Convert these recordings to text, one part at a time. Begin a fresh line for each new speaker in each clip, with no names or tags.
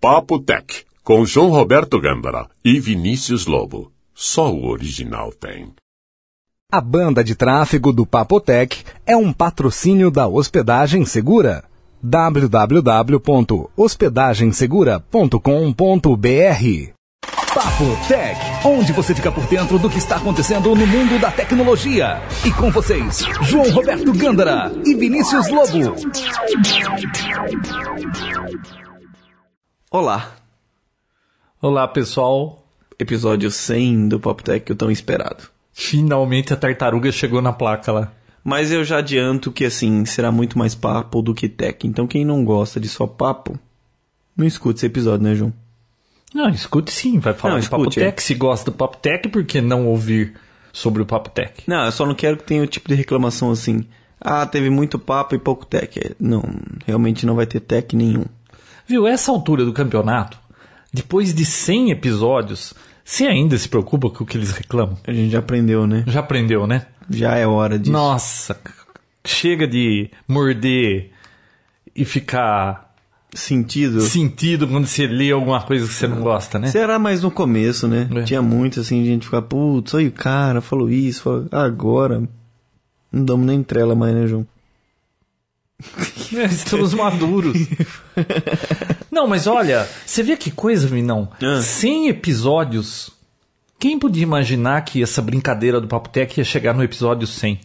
Papo Tech, com João Roberto Gâmbara e Vinícius Lobo. Só o original tem.
A banda de tráfego do Papotec é um patrocínio da Hospedagem Segura. www.hospedagensegura.com.br
Papo Tech, onde você fica por dentro do que está acontecendo no mundo da tecnologia. E com vocês, João Roberto Gândara e Vinícius Lobo.
Olá,
Olá, pessoal.
episódio 100 do Pop Tech, o tão esperado.
Finalmente a tartaruga chegou na placa lá.
Mas eu já adianto que assim, será muito mais papo do que tech. Então quem não gosta de só papo, não escuta esse episódio, né, João?
Não, escute sim, vai falar
Não,
do Papo
escute. é.
Tech. Se gosta do Papo Tech, por que não ouvir sobre o Papo Tech?
Não, eu só não quero que tenha o tipo de reclamação assim. Ah, teve muito papo e pouco tech. É, Não, realmente não vai ter tech nenhum.
Viu, essa altura do campeonato, depois de 100 episódios, você ainda se preocupa com o que eles reclamam?
A gente já aprendeu, né?
Já aprendeu, né?
Já é hora disso.
Nossa, c- chega de morder e ficar
Sentido.
sentido quando você lê alguma coisa que você não gosta, né?
Será mais no começo, né?
É.
Tinha muito assim, gente ficar, putz, olha o cara, falou isso, falou... agora. Não damos nem trela mais, né, João?
Estamos maduros. Não, mas olha, você vê que coisa, Vinão.
Ah.
100 episódios. Quem podia imaginar que essa brincadeira do Papo Tech ia chegar no episódio 100?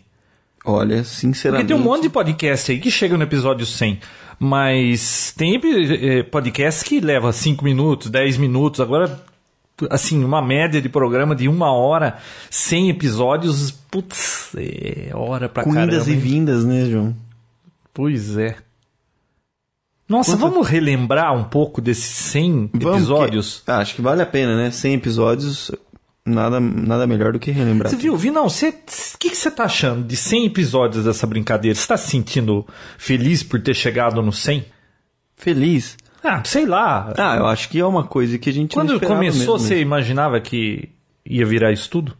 Olha,
Porque
sinceramente.
tem um monte de podcast aí que chega no episódio 100. Mas tem eh, podcast que leva 5 minutos, 10 minutos. Agora, assim, uma média de programa de uma hora, 100 episódios. Putz, é hora pra
com idas
caramba.
e
hein?
vindas, né, João?
Pois é. Nossa, vamos relembrar um pouco desses 100
Vamos,
episódios?
que- Ah, acho que vale a pena, né? 100 episódios, nada, nada melhor do que relembrar.
Você viu, Vinão? O que que você tá achando de 100 episódios dessa brincadeira? Você tá se sentindo feliz por ter chegado no 100?
Feliz?
Ah, sei lá.
Ah, eu acho que é uma coisa que a gente não
Quando
esperava
começou,
mesmo,
você
né?
imaginava que ia virar isso tudo?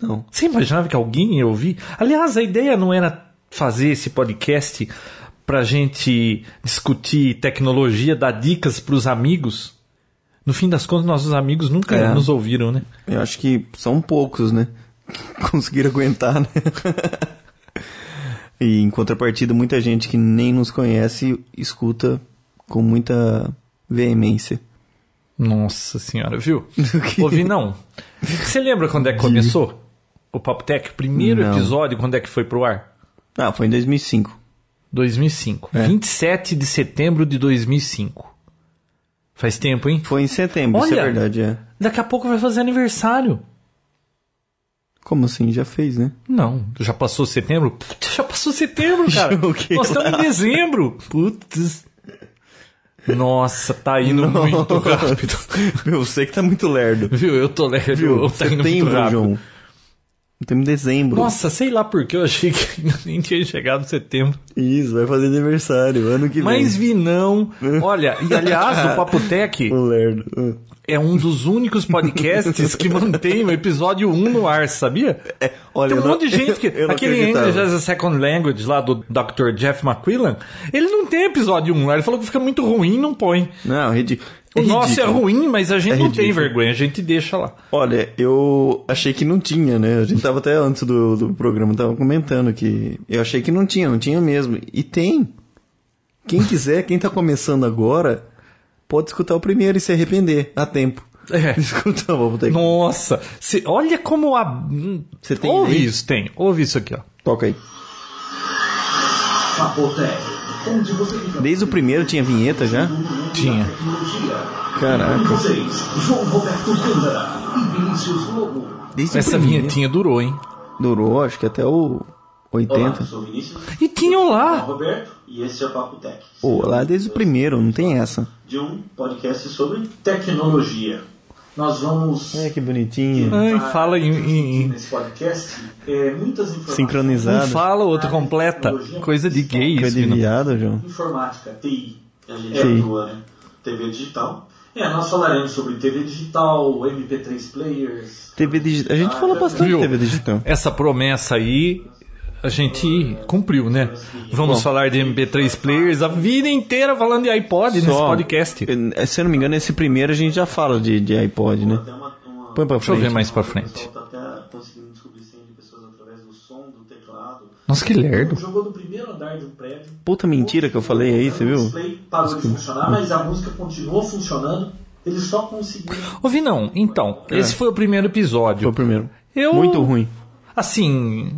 Não.
Você imaginava que alguém ia ouvir? Aliás, a ideia não era fazer esse podcast pra gente discutir tecnologia, dar dicas pros amigos. No fim das contas, nossos amigos nunca
É.
nos ouviram, né?
Eu acho que são poucos, né? Que conseguiram aguentar, né? e em contrapartida, muita gente que nem nos conhece escuta com muita veemência.
Nossa senhora, viu? Ouvi não. Você lembra quando é que começou? O Papo Tech, o primeiro
Não.
episódio, quando é que foi pro ar?
Ah, foi em 2005.
2005.
É.
27 de setembro de 2005. Faz tempo, hein?
Foi em setembro, isso é
Olha!
verdade, é.
Daqui a pouco vai fazer aniversário.
Como assim? Já fez, né?
Não, já passou setembro? Putz, já passou setembro, cara.
Joguei
Nós estamos em dezembro. Putz. Nossa, tá indo muito rápido.
Meu, você que tá muito lerdo.
Viu? Eu tô leve, eu tá indo muito
setembro,
rápido.
João. Setembro, dezembro.
Nossa, sei lá porque eu achei que ainda nem tinha chegado setembro.
Isso, vai fazer aniversário, ano que
Mas
vem.
vi não. Olha, e aliás, o Papotec
O lerdo.
é um dos únicos podcasts que mantém o episódio 1 no ar, sabia?
É, olha,
Tem um
eu não-
monte de gente que.
eu não
Aquele
acreditava.
English as a Second Language lá do Dr. Jeff McQuillan, ele não tem episódio 1 lá. Ele falou que fica muito ruim e não põe.
Não, ridi...
O nosso é
ridículo.
ruim, mas a gente
É
não tem
ridículo.
vergonha, a gente deixa lá.
Olha, eu achei que não tinha, né? A gente tava até antes do, do programa, tava comentando que eu achei que não tinha, não tinha mesmo. E tem. Quem quiser, quem tá começando agora, pode escutar o primeiro e se arrepender. Dá tempo.
É.
Escuta, vamos ter que...
Nossa, cê- olha como a. hum,
Cê tem
ouve
link?
isso, tem. Ouve isso aqui, ó.
Toca aí.
Papo Tech, onde você fica
Desde o primeiro tinha vinheta já?
Tinha.
Caraca.
vocês, João Roberto Gândara e Vinícius Lobo.
Desde
Essa
o primeiro.
vinhetinha durou, hein?
Durou, acho que até o 80.
Eu sou o Vinícius
E tinham lá.
Roberto e esse é o Papo Tech.
Pô, lá desde o primeiro, não tem essa.
De um podcast sobre tecnologia. Nós vamos
que bonitinho. Um
Ai, fala em- em- em
nesse Tá podcast é, muitas informações.
Sincronizado.
Um fala, outro completa. Coisa de gay
Coisa
isso.
de
Vinão.
viado, João.
Informática, TI. A gente
TI.
atua, né? TV digital. É, nós falaremos sobre TV digital, MP3 players. Ah,
TV digital. A gente falou bastante de
Viu?
TV digital.
Essa promessa aí a gente cumpriu, né? Vamos falar de MP3 players a vida inteira falando de iPod nesse podcast.
Eh, Se eu não me engano, esse primeiro a gente já fala de, de iPod, né?
Tem uma, uma...
Põe pra
Deixa eu
frente.
ver mais pra
O
frente.
pessoal tá até conseguindo descobrir senha de pessoas através do som do teclado.
Nossa, que lerdo.
Jogou do primeiro andar de um prédio.
Puta mentira que eu falei aí, você
O
viu?
display parou de funcionar, mas a música continuou funcionando. Eles só conseguiram.
Ô, Vinão, então, esse foi o primeiro
É. Foi
episódio.
o primeiro.
Eu-
Muito ruim.
Assim,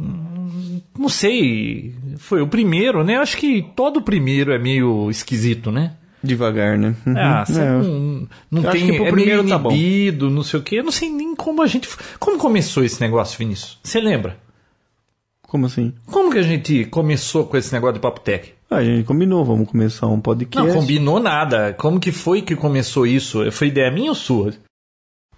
não sei, foi o primeiro, né? Acho que todo primeiro é meio esquisito, né?
Devagar, né?
Uhum.
Ah, você
É.
não, não
Eu acho
tem,
que pro
é meio
primeiro tá bom.
inibido, não sei o quê. Eu não sei nem como a gente... Como começou esse negócio, Vinícius? Você lembra?
Como assim?
Como que a gente começou com esse negócio de Papo Tech?
Ah, a gente combinou, vamos começar um podcast.
Não combinou nada. Como que foi que começou isso? Foi ideia minha ou sua? Esse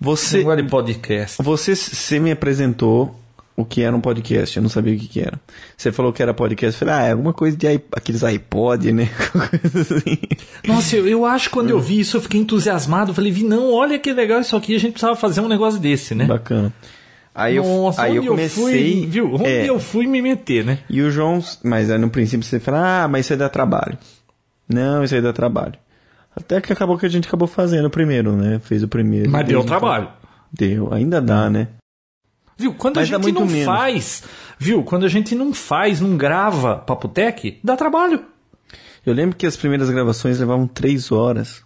Você,
negócio de podcast.
você, você me apresentou o que era um podcast, eu não sabia o que, que era. Você falou que era podcast, eu falei, ah, é alguma coisa de iP- aqueles iPod, né? Coisa assim.
Nossa, eu, eu acho que quando eu vi isso eu fiquei entusiasmado. Falei, vi, não, olha que legal isso aqui. A gente precisava fazer um negócio desse, né?
Bacana. Aí
Nossa,
eu, aí
onde
eu comecei.
fui, viu? Onde
é,
eu fui me meter, né?
E o João, mas aí no princípio você fala, ah, mas isso aí dá trabalho. Não, isso aí dá trabalho. Até que acabou que a gente acabou fazendo o primeiro, né? Fez o primeiro.
Mas deu
Desde então-
trabalho. Hum.
Deu, ainda dá, né?
Viu? Quando
Mas
a
dá
gente
muito
não
menos.
faz, viu? Quando a gente não faz, não grava Papotec, dá trabalho.
Eu lembro que as primeiras gravações levavam três horas.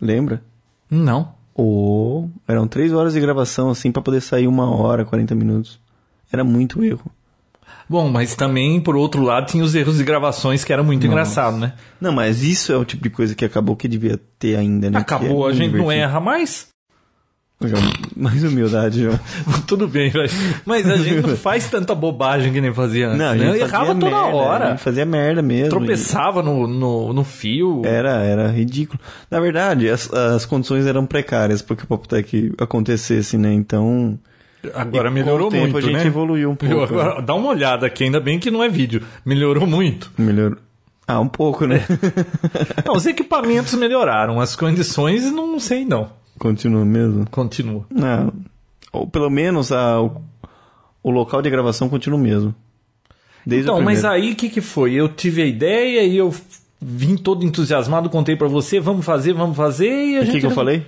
Lembra?
Não.
Ou eram três horas de gravação, assim, pra poder sair uma hora, 40 minutos. Era muito erro.
Bom, mas também, por outro lado, tinha os erros de gravações que era muito engraçado, né?
Não, mas isso é o tipo de coisa que acabou que devia ter ainda, né? Que é
Acabou, a
muito
gente não
divertido.
erra mais.
João, mais humildade, João.
Tudo bem, mas, mas a gente não faz tanta bobagem que nem fazia antes.
Não, a
né? Eu
gente fazia
errava toda
merda, né? A
hora.
gente fazia merda mesmo.
Tropeçava no, no, no fio.
E Era, era ridículo. Na verdade, as, as condições eram precárias pra que o Poptec acontecesse, né? Então,
Agora
E com
melhorou
o tempo
muito,
a gente
né?
evoluiu um pouco,
Eu- agora- dá uma olhada aqui, ainda bem que não é vídeo. Melhorou muito.
melhorou. Ah, um pouco, né?
Não, os equipamentos melhoraram, as condições não sei não.
Continua mesmo.
Continua.
Ah, ou pelo menos a, o, o local de gravação continua o mesmo. Desde
Então,
o
mas
primeiro.
aí o que, que foi? Eu tive a ideia e eu vim todo entusiasmado, contei pra você, vamos fazer, vamos fazer e a
O
gente...
que, que eu
não-
falei?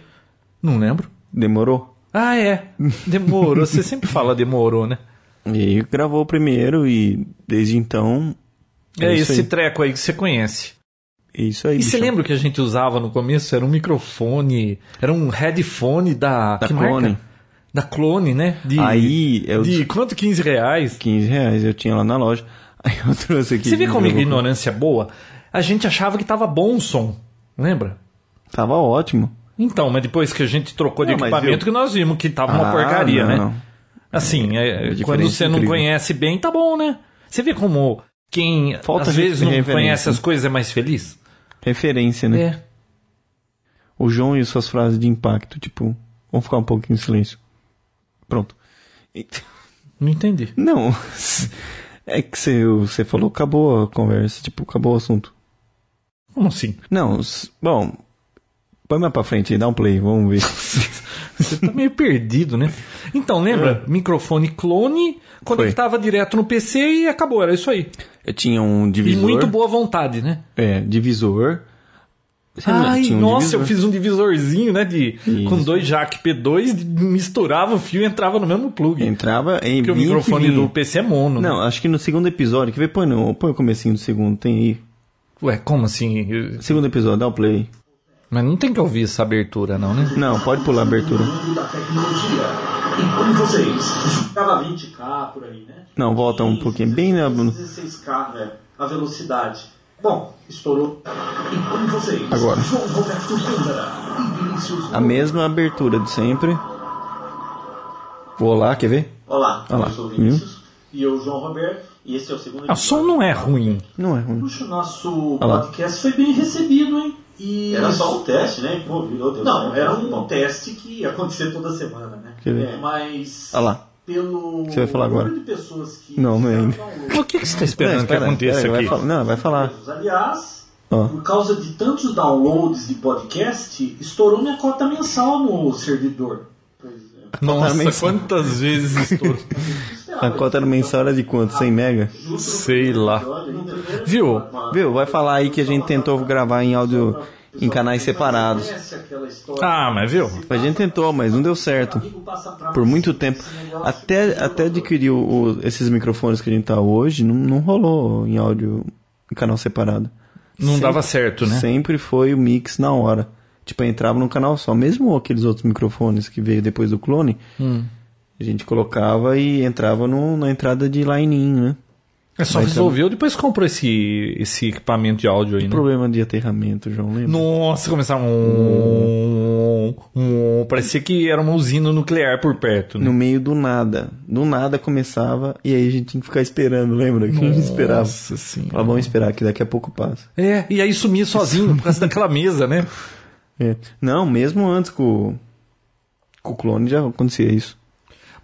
Não lembro.
Demorou.
Ah, é. Demorou. você sempre fala demorou, né?
E aí gravou o primeiro e desde então.
É,
isso
esse
aí.
treco aí que você conhece.
É isso aí.
E você
bichão.
lembra o que a gente usava no começo? Era um microfone, era um headphone da...
Da
que
Clone.
Marca? Da Clone, né? De,
Aí eu
De quanto? 15 reais?
15 reais, eu tinha lá na loja. Aí eu trouxe aqui.
Você vê como
Eu-
ignorância boa? A gente achava que tava bom o som, lembra?
Tava ótimo.
Então, mas depois que a gente trocou de
Não, mas
equipamento, que
eu-
nós vimos que tava uma
Ah,
porcaria,
não,
né?
não.
Assim, é-
diferença
quando você não
incrível.
conhece bem, tá bom, né? Você vê como quem
Falta
às vezes não
referência.
conhece as coisas é mais feliz?
Referência, né?
É.
O João e suas frases de impacto, tipo, vamos ficar um pouco em silêncio. Pronto. E-
Não entendi.
Não. É que você, você falou, acabou a conversa, tipo, acabou o assunto.
Como assim?
Não, s- bom. Põe mais pra frente aí, dá um play, vamos ver.
Você tá meio perdido, né? Então, lembra?
É.
Microfone clone, conectava direto no PC e acabou, era isso aí.
Eu tinha um
E
divisor.
muito boa vontade, né?
É, divisor. Você não
Ai,
tinha um
nossa,
divisor?
eu fiz um divisorzinho, né? De,
Isso.
com dois jack P2, de- misturava o fio e entrava no mesmo plug.
Entrava em
Porque o microfone do PC é mono. né?
Não, acho que no segundo episódio, que vê, põe não, põe o comecinho do segundo, tem aí.
Ué, como assim? Eu-
Segundo episódio, dá o play.
Mas não tem que ouvir essa abertura, não, né?
Não, pode pular a abertura.
mundo da tecnologia. E como vocês? Ficava 20k por aí, né?
Não, volta um pouquinho, bem na-
16k, é, a velocidade. Bom, estourou. E como vocês?
Agora.
João Roberto Câmara e Vinícius
A mesma abertura de sempre. Vou lá, quer ver?
Olá,
Olá,
eu sou o Vinícius. E eu, João Roberto. E esse é o segundo
Ah, o som não é ruim.
Não é ruim.
Puxa, o nosso
Olha lá.
podcast foi bem recebido, hein? Era só um teste, né? Pô, virou Deus Não, era um teste que ia acontecer toda semana, né?
Quer ver?
É, mas
Olha lá.
pelo
Você vai falar agora?
número de pessoas que
Não, não é ainda.
O que, que você tá esperando
Não,
que
espera,
aconteça
espera, vai
aqui?
falar- não, vai falar.
Aliás,
Ó.
por causa de tantos downloads de podcast, estourou minha cota mensal no servidor. Pois é.
Nossa,
Totalmente.
quantas vezes estourou.
Pacote era mensal era de quanto? 100 mega?
Sei lá. Viu?
Viu? Vai falar aí que a gente tentou gravar em áudio em canais separados.
Ah, mas viu?
A gente tentou, mas não deu certo. Por muito tempo. Até, até adquirir o- esses microfones que a gente tá hoje, não, não rolou em áudio em canal separado.
Não dava certo, né?
Sempre foi o mix na hora. Tipo, entrava num canal só. Mesmo aqueles outros microfones que veio depois do clone,
Hum.
a gente colocava e entrava no, na entrada de line-in, né?
É só resolveu, depois comprou esse, esse equipamento de áudio aí, né?
Problema de aterramento, João, lembra?
Nossa, começava um, um, Parecia que era uma usina nuclear por perto, né?
No meio do nada. Do nada começava e aí a gente tinha que ficar esperando, lembra? Que a gente esperava.
Nossa senhora.
Fala, vamos esperar que daqui a pouco passa.
É, e aí sumia sozinho por causa daquela mesa, né?
É. Não, mesmo antes com, o- com o clone já acontecia isso.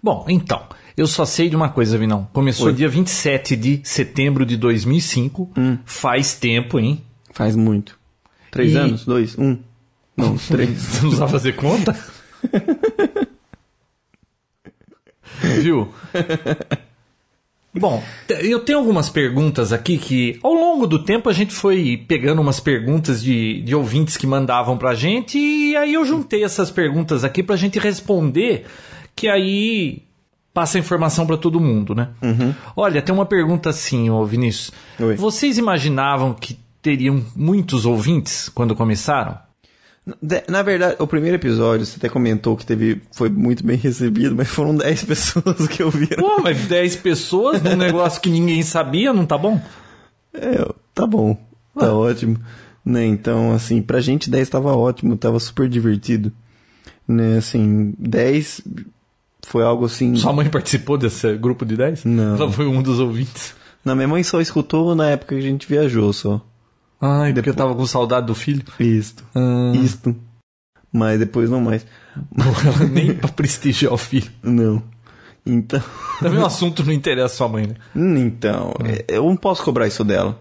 Bom, então, eu só sei de uma coisa, Vinão. Começou dia 27 de setembro de 2005. Faz tempo, hein?
Faz muito. Três
E-
anos? Dois? Um? Não, três.
Você não sabe fazer conta? Viu? Bom, te- eu tenho algumas perguntas aqui que ao longo do tempo a gente foi pegando umas perguntas de, de ouvintes que mandavam pra gente e aí eu juntei essas perguntas aqui pra gente responder, que aí passa informação pra todo mundo, né? Olha, tem uma pergunta assim, ô Vinícius.
Uhum. Oi.
Vocês imaginavam que teriam muitos ouvintes quando começaram?
De- Na verdade, o primeiro episódio, você até comentou que teve, foi muito bem recebido, mas foram 10 pessoas que ouviram.
Pô, mas 10 pessoas num negócio que ninguém sabia, não tá bom?
É, tá bom. Tá ótimo. Né, então, assim, pra gente 10 tava ótimo, tava super divertido. Né, assim, 10 foi algo assim.
Sua mãe participou desse grupo de 10?
Não.
Ela foi um dos ouvintes.
Na minha mãe só escutou na época que a gente viajou só.
Ai, porque eu tava com saudade do filho.
Isto.
Ah.
Isto. Mas depois não mais.
Ela nem pra prestigiar o filho. Tá
Não. Então.
Também o assunto não interessa a sua mãe, né?
Então,
Ah.
é, eu não posso cobrar isso dela.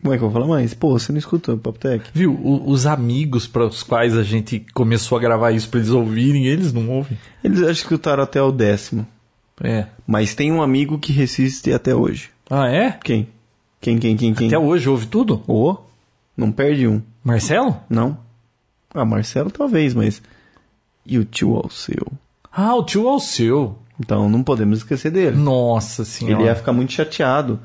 Como é que eu vou falar mais? Pô, você não escutou o Papotec?
Viu? o- os amigos para os quais a gente começou a gravar isso pra eles ouvirem, eles não ouvem.
Eles acho que escutaram até o décimo.
É.
Mas tem um amigo que resiste até hoje.
Ah, é?
Quem? Quem, quem, quem, quem?
Até hoje ouve tudo?
Ô, não perde um,
Marcelo?
não? Ah, Marcelo talvez, mas... E o tio Alceu?
Ah, o tio Alceu.
Então não podemos esquecer dele.
Nossa
Ele
senhora.
ia ficar muito chateado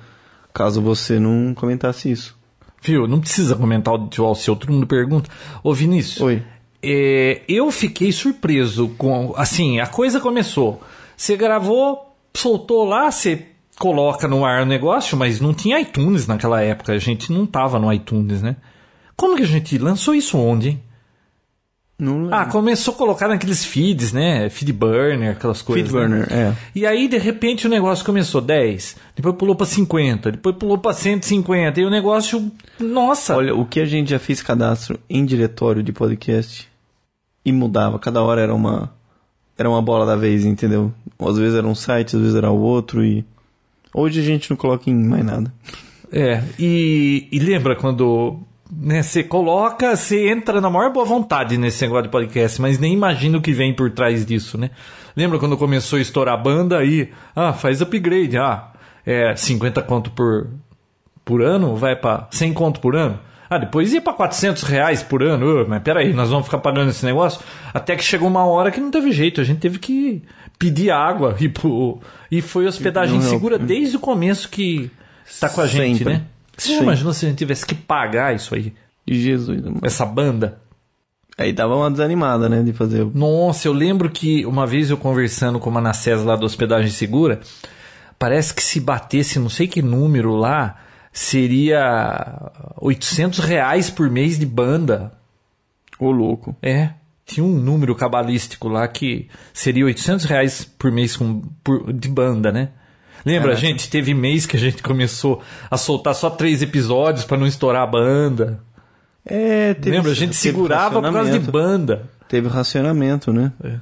caso você não comentasse isso.
Viu? Não precisa comentar o tio Alceu, todo mundo pergunta. Ô, Vinícius.
Oi.
É, eu fiquei surpreso com. Assim, a coisa começou. Você gravou, soltou lá, você coloca no ar o negócio, mas não tinha iTunes naquela época. A gente não tava no iTunes, né? Como que a gente lançou isso onde, hein?
Não
Ah, começou a colocar naqueles feeds, né? Feed burner, aquelas coisas. né?
Feedburner, é.
E aí, de repente, o negócio começou 10, depois pulou pra 50, depois pulou pra 150, e o negócio. Nossa!
Olha, o que a gente já fez cadastro em diretório de podcast e mudava. Cada hora era uma era uma bola da vez, entendeu? Às vezes era um site, às vezes era o outro e hoje a gente não coloca em mais nada.
É, e, e lembra quando né, você coloca, você entra na maior boa vontade nesse negócio de podcast, mas nem imagina o que vem por trás disso, né? Lembra quando começou a estourar a banda aí, ah, faz upgrade, ah, é 50 conto por, por ano, vai pra 100 conto por ano? Ah, depois ia pra 400 reais por ano, Ah, mas peraí, nós vamos ficar pagando esse negócio? Até que chegou uma hora que não teve jeito, a gente teve que pedir água e, pro, e foi hospedagem
Não, não.
segura desde o começo que tá com a gente,
Sempre.
né? Você já
Sim.
imaginou se a gente tivesse que pagar isso aí?
Jesus, mano.
Essa banda?
Aí dava uma desanimada, né, de fazer. o-
Nossa, eu lembro que uma vez eu conversando com o Manassés lá da Hospedagem Segura, parece que se batesse não sei que número lá, seria 800 reais por mês de banda.
Ô louco.
É, tinha um número cabalístico lá que seria 800 reais por mês com, por- de banda, né? Lembra,
Caraca.
gente? Teve mês que a gente começou a soltar só três episódios pra não estourar a banda.
É, teve
Lembra? A gente segurava por causa de
racionamento.
banda.
Teve racionamento, né? É.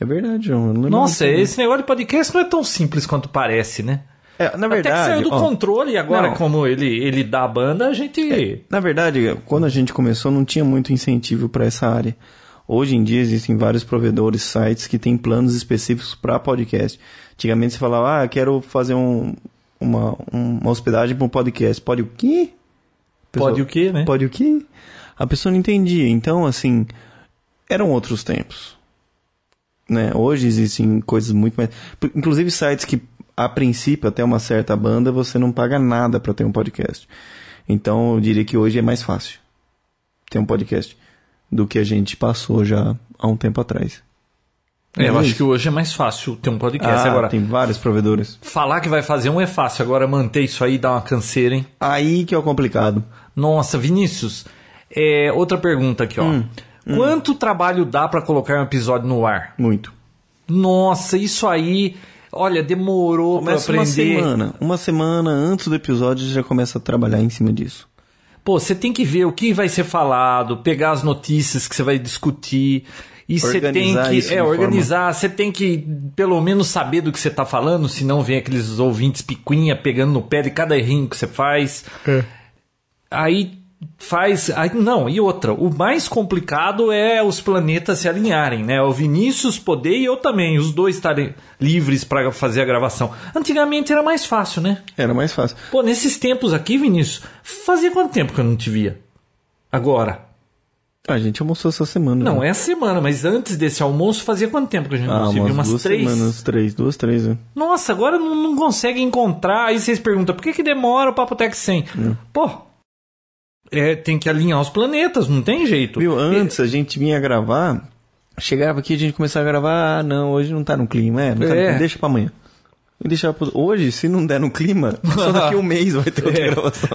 É verdade, João. eu não lembro
Nossa,
disso, né?
esse negócio de podcast não é tão simples quanto parece, né?
É, na verdade,
Até que saiu do
ó,
controle e agora,
Não. É.
como ele, ele dá a banda, a gente.
Na verdade, quando a gente começou, não tinha muito incentivo pra essa área. Hoje em dia existem vários provedores, sites que têm planos específicos para podcast. Antigamente você falava, ah, quero fazer um, uma, uma hospedagem para um podcast. Pode o quê? A pessoa-
Pode o quê, né?
Pode o quê? A pessoa não entendia. Então, assim, eram outros tempos. Né? Hoje existem coisas muito mais. P- Inclusive sites que, a princípio, até uma certa banda, você não paga nada para ter um podcast. Então, eu diria que hoje é mais fácil ter um podcast do que a gente passou já há um tempo atrás.
É, eu
Não é
acho
isso?
que hoje é mais fácil ter um podcast.
Ah,
agora,
tem vários provedores.
falar que vai fazer um é fácil, agora manter isso aí dá uma canseira, hein?
Aí que é o complicado.
Nossa, Vinícius, é, outra pergunta aqui, ó.
Hum,
Quanto trabalho dá pra colocar um episódio no ar?
Muito.
Nossa, isso aí, olha, demorou
Começa
pra
uma
aprender.
semana. Uma semana antes do episódio já começa a trabalhar em cima disso.
Pô, você tem que ver o que vai ser falado, pegar as notícias que você vai discutir. E você tem
Organizar isso
que
de
é,
forma-
organizar, você tem que pelo menos saber do que você tá falando, senão vem aqueles ouvintes picuinha pegando no pé de cada errinho que você faz. Aí faz. Aí, não, e outra, o mais complicado é os planetas se alinharem, né? O Vinícius poder e eu também, os dois estarem livres pra fazer a gravação. Antigamente era mais fácil, né?
Era mais fácil.
Pô, nesses tempos aqui, Vinícius, fazia quanto tempo que eu não te via? Agora.
A gente almoçou essa semana.
Não,
né?
é a semana, mas antes desse almoço fazia quanto tempo que a gente
Ah,
não se viu?
umas,
Umas,
duas
três?
semanas, três, duas, três. né?
Nossa, agora não, não consegue encontrar. Aí vocês perguntam, por que, que demora o Papo Tech 100? Pô, é, tem que alinhar os planetas, não tem jeito.
Viu, antes a gente vinha gravar, chegava aqui, a gente começava a gravar, ah, não, hoje não tá no clima, é, não tá no
É.
clima, deixa pra amanhã. E deixava pro... Hoje, se não der no clima, só daqui a um mês vai ter outra
É.
gravação.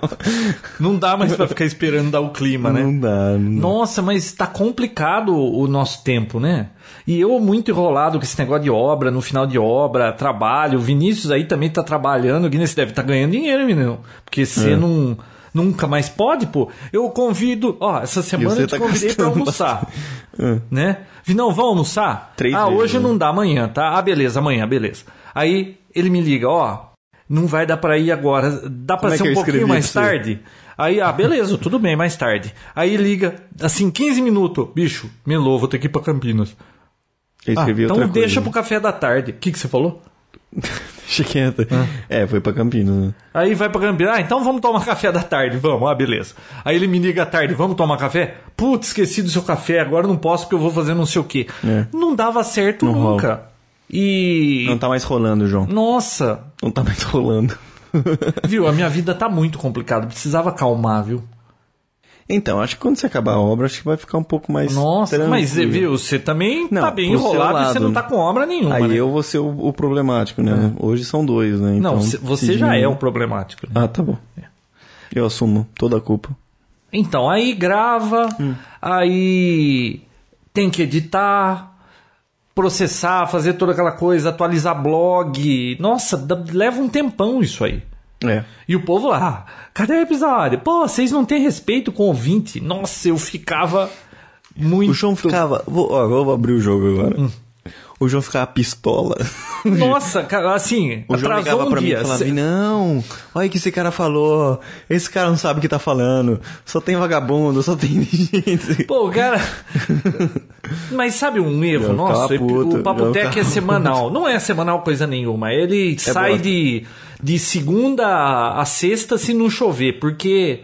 Não dá mais pra ficar esperando dar o clima, né?
Não dá, não dá.
Nossa, mas tá complicado o nosso tempo, né? E eu muito enrolado com esse negócio de obra, no final de obra, trabalho. O Vinícius aí também tá trabalhando. O Guinness deve estar ganhando dinheiro, menino. Porque você
É.
não. Nunca mais pode, pô. Eu convido. Ó, essa semana
você
eu te
tá
convidei pra
gastando É.
almoçar. né? Vinão, vão almoçar?
Três
ah,
vezes,
hoje
né?
não dá amanhã, tá? Ah, beleza, amanhã, beleza. Aí ele me liga, ó. Não vai dar pra ir agora. Dá pra
Como é
ser
que
um
eu
pouquinho
escrevi
mais
pra você?
tarde? tarde. Aí, ah, beleza, tudo bem, mais tarde. Aí liga, assim, 15 minutos. Bicho, melou, vou ter que ir pra Campinas.
Eu
Ah,
escrevi
então
outra coisa. né?
deixa pro café da tarde. O que, que você falou?
Deixa quieto.
Ah.
É, foi pra Campinas, né?
Aí vai pra Campinas. Ah, então vamos tomar café da tarde, vamos. Ah, beleza. Aí ele me liga à tarde, vamos tomar café? Putz, esqueci do seu café, agora não posso porque eu vou fazer não sei o quê.
É.
Não dava certo
Não rola.
nunca. E...
Não tá mais rolando, João.
Nossa,
Não tá mais rolando.
viu? A minha vida tá muito complicada. Precisava acalmar, viu?
Então, acho que quando você acabar a obra, acho que vai ficar um pouco mais
Nossa,
tranquilo.
mas viu, você também
Não,
tá bem
pro seu
enrolado e você
lado,
não tá com obra nenhuma.
Aí
né? É.
eu vou ser o, o problemático, né? Hoje são dois, né?
Não,
Então,
cê- você
se
já é o
diminui.
problemático. né?
Ah, tá bom. Eu assumo toda a culpa.
Então, aí grava,
Hum.
aí tem que editar, processar, fazer toda aquela coisa, atualizar blog. Nossa, dá- leva um tempão isso aí.
É.
E o povo lá, "Ah, cadê o episódio? Pô, vocês não têm respeito com o ouvinte. Nossa, eu ficava muito. Hum.
O João ficava. Vou, ó, vou abrir o jogo agora. O João ficava pistola.
Nossa, cara, assim,
O João
atrasou
ligava
um
pra mim e
dia.
falava: assim,
Cê-
Não, olha o que esse cara falou. Esse cara não sabe o que tá falando. Só tem vagabundo, só tem gente.
Pô, cara. Mas sabe um erro
Já
nosso?
ficava puto,
o Papo
já
Tech é
ficava
semanal. Não é semanal coisa nenhuma. Ele sai
bosta.
de, de segunda a sexta se não chover, porque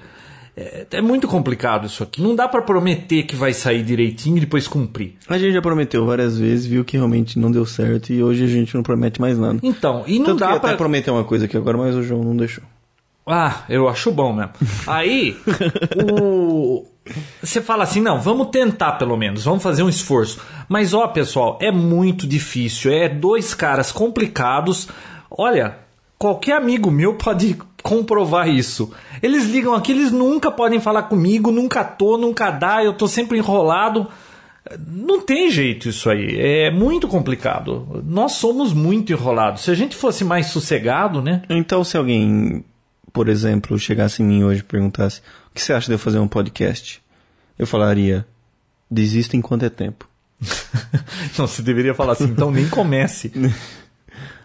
é, é muito complicado isso aqui. Não dá pra prometer que vai sair direitinho e depois cumprir.
A gente já prometeu várias vezes, viu que realmente não deu certo e hoje a gente não promete mais nada.
Então, e não
Tanto que
dá
eu até
pra.
prometer uma coisa aqui agora, mas o João não deixou.
Ah, eu acho bom mesmo. Aí, o... você fala assim, não, vamos tentar pelo menos, vamos fazer um esforço. Mas ó, pessoal, é muito difícil, é dois caras complicados. Olha, qualquer amigo meu pode comprovar isso. Eles ligam aqui, eles nunca podem falar comigo, nunca tô, nunca dá, eu tô sempre enrolado. Não tem jeito isso aí, é muito complicado. Nós somos muito enrolados. Se a gente fosse mais sossegado, né?
Então, se alguém, por exemplo, chegasse em mim hoje e perguntasse: O que você acha de eu fazer um podcast? Eu falaria: Desista enquanto é tempo.
Não, você deveria falar assim, então nem comece.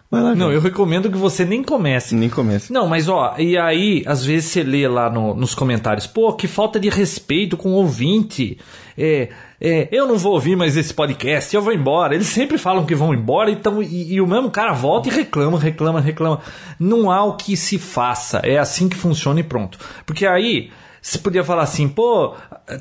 Vai lá,
Não,
João.
eu recomendo que você nem comece.
Nem comece.
Não, mas ó, e aí, às vezes você lê lá no- nos comentários, pô, que falta de respeito com o ouvinte. É, é, eu não vou ouvir mais esse podcast, eu vou embora. Eles sempre falam que vão embora então, e, e o mesmo cara volta e reclama, reclama, reclama. Não há o que se faça, é assim que funciona e pronto. Porque aí. Você podia falar assim, pô,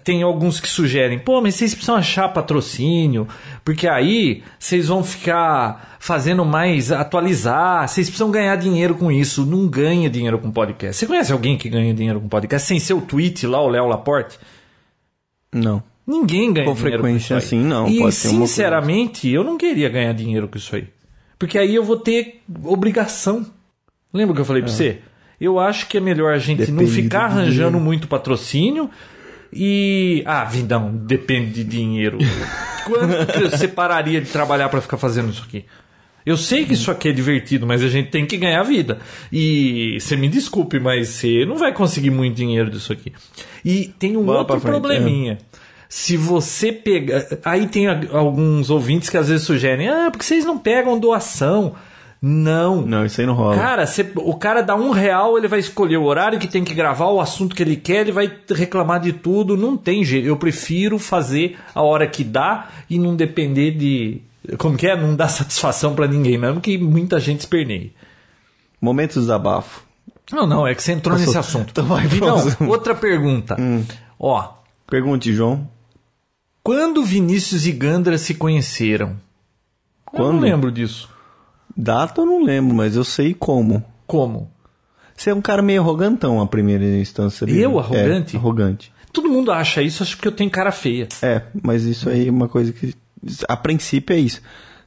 tem alguns que sugerem, pô, mas vocês precisam achar patrocínio, porque aí vocês vão ficar fazendo mais, atualizar, vocês precisam ganhar dinheiro com isso. Não ganha dinheiro com podcast. Você conhece alguém que ganha dinheiro com podcast sem ser o tweet lá, o Léo Laporte?
Não.
Ninguém ganha
Com
dinheiro
frequência,
com isso aí.
assim, não,
E
pode ser uma coisa.
sinceramente, eu não queria ganhar dinheiro com isso aí. Porque aí eu vou ter obrigação. Lembra que eu falei pra você? Eu acho que é melhor a gente não
É. Depende
ficar
do
arranjando
dinheiro.
muito patrocínio e. Ah, Vindão, depende de dinheiro. Quanto que você pararia de trabalhar pra ficar fazendo isso aqui? Eu sei que isso aqui é divertido, mas a gente tem que ganhar vida. E você me desculpe, mas você não vai conseguir muito dinheiro disso aqui. E tem um
Bola
outro
pra frente, é.
probleminha. Se você pegar. Aí tem a- alguns ouvintes que às vezes sugerem: ah, porque vocês não pegam doação. Não.
Não, isso aí não rola.
Cara, cê- o cara dá um real, ele vai escolher o horário que tem que gravar, o assunto que ele quer, ele vai reclamar de tudo. Não tem jeito. Eu prefiro fazer a hora que dá e não depender de. Como que é? Não dar satisfação pra ninguém, mesmo que muita gente esperneie.
Momento de desabafo.
Não, não, é que você entrou nesse assunto.
Então vai,
Vidão,
vamos.
outra pergunta. Ó,
Pergunte, João.
quando Vinícius e Gandra se conheceram? Eu não
Quando?
lembro disso.
Data eu não lembro, mas eu sei como.
Como?
Você é um cara meio arrogantão à primeira instância. dele.
Eu, arrogante?
É, arrogante.
Todo mundo acha isso, acho que eu tenho cara feia.
É, mas isso aí é uma coisa que... A princípio é isso.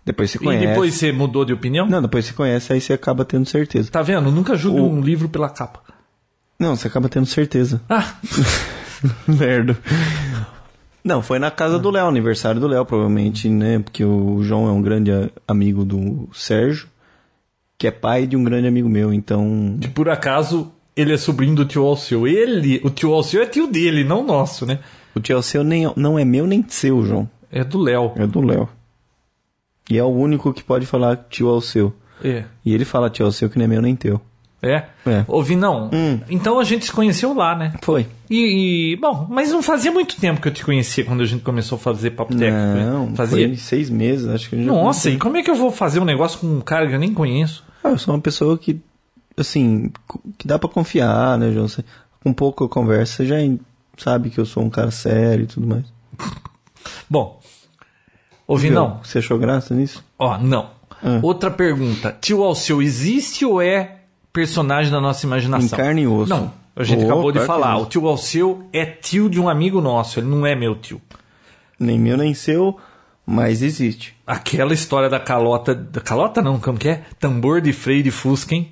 Depois você conhece.
E depois você mudou de opinião?
Não, depois você conhece, aí você acaba tendo certeza.
Tá vendo? Nunca julgue um livro pela capa.
Não, você acaba tendo certeza.
Ah,
Merda. Não, foi na casa do Léo, aniversário do Léo, provavelmente, né? Porque o João é um grande a- amigo do Sérgio, que é pai de um grande amigo meu, então.
de por acaso ele é sobrinho do tio Alceu. Ele, o tio Alceu é tio dele, não nosso, né?
O tio seu nem, não é meu nem seu, João.
É do Léo.
É do Léo. E é o único que pode falar tio ao seu.
É.
E ele fala tio ao seu que não é meu nem teu.
É.
É.
Ouvi, não.
Hum.
Então a gente se conheceu lá, né?
Foi.
E, e, bom, mas não fazia muito tempo que eu te conhecia quando a gente começou a fazer papo técnico.
Não,
né? fazia.
foi seis meses, acho que a gente já
Nossa, e como é que eu vou fazer um negócio com um cara que eu nem conheço?
Ah, eu sou uma pessoa que, assim, co- que dá pra confiar, né, João? Você- com pouco eu converso, você já en- sabe que eu sou um cara sério e tudo mais.
Bom, ouvi,
Viu?
não.
Você achou graça nisso?
Ó, não.
Ah.
Outra pergunta. Tio Alceu existe ou é personagem da nossa imaginação?
Em carne e osso.
Não. A gente
Oh,
acabou de
claro que
falar.
não.
O tio Alceu é tio de um amigo nosso. Ele não é meu tio.
Nem meu, nem seu, mas existe.
Aquela história da calota. Da calota não, como que é? Tambor de freio de Fusca, hein?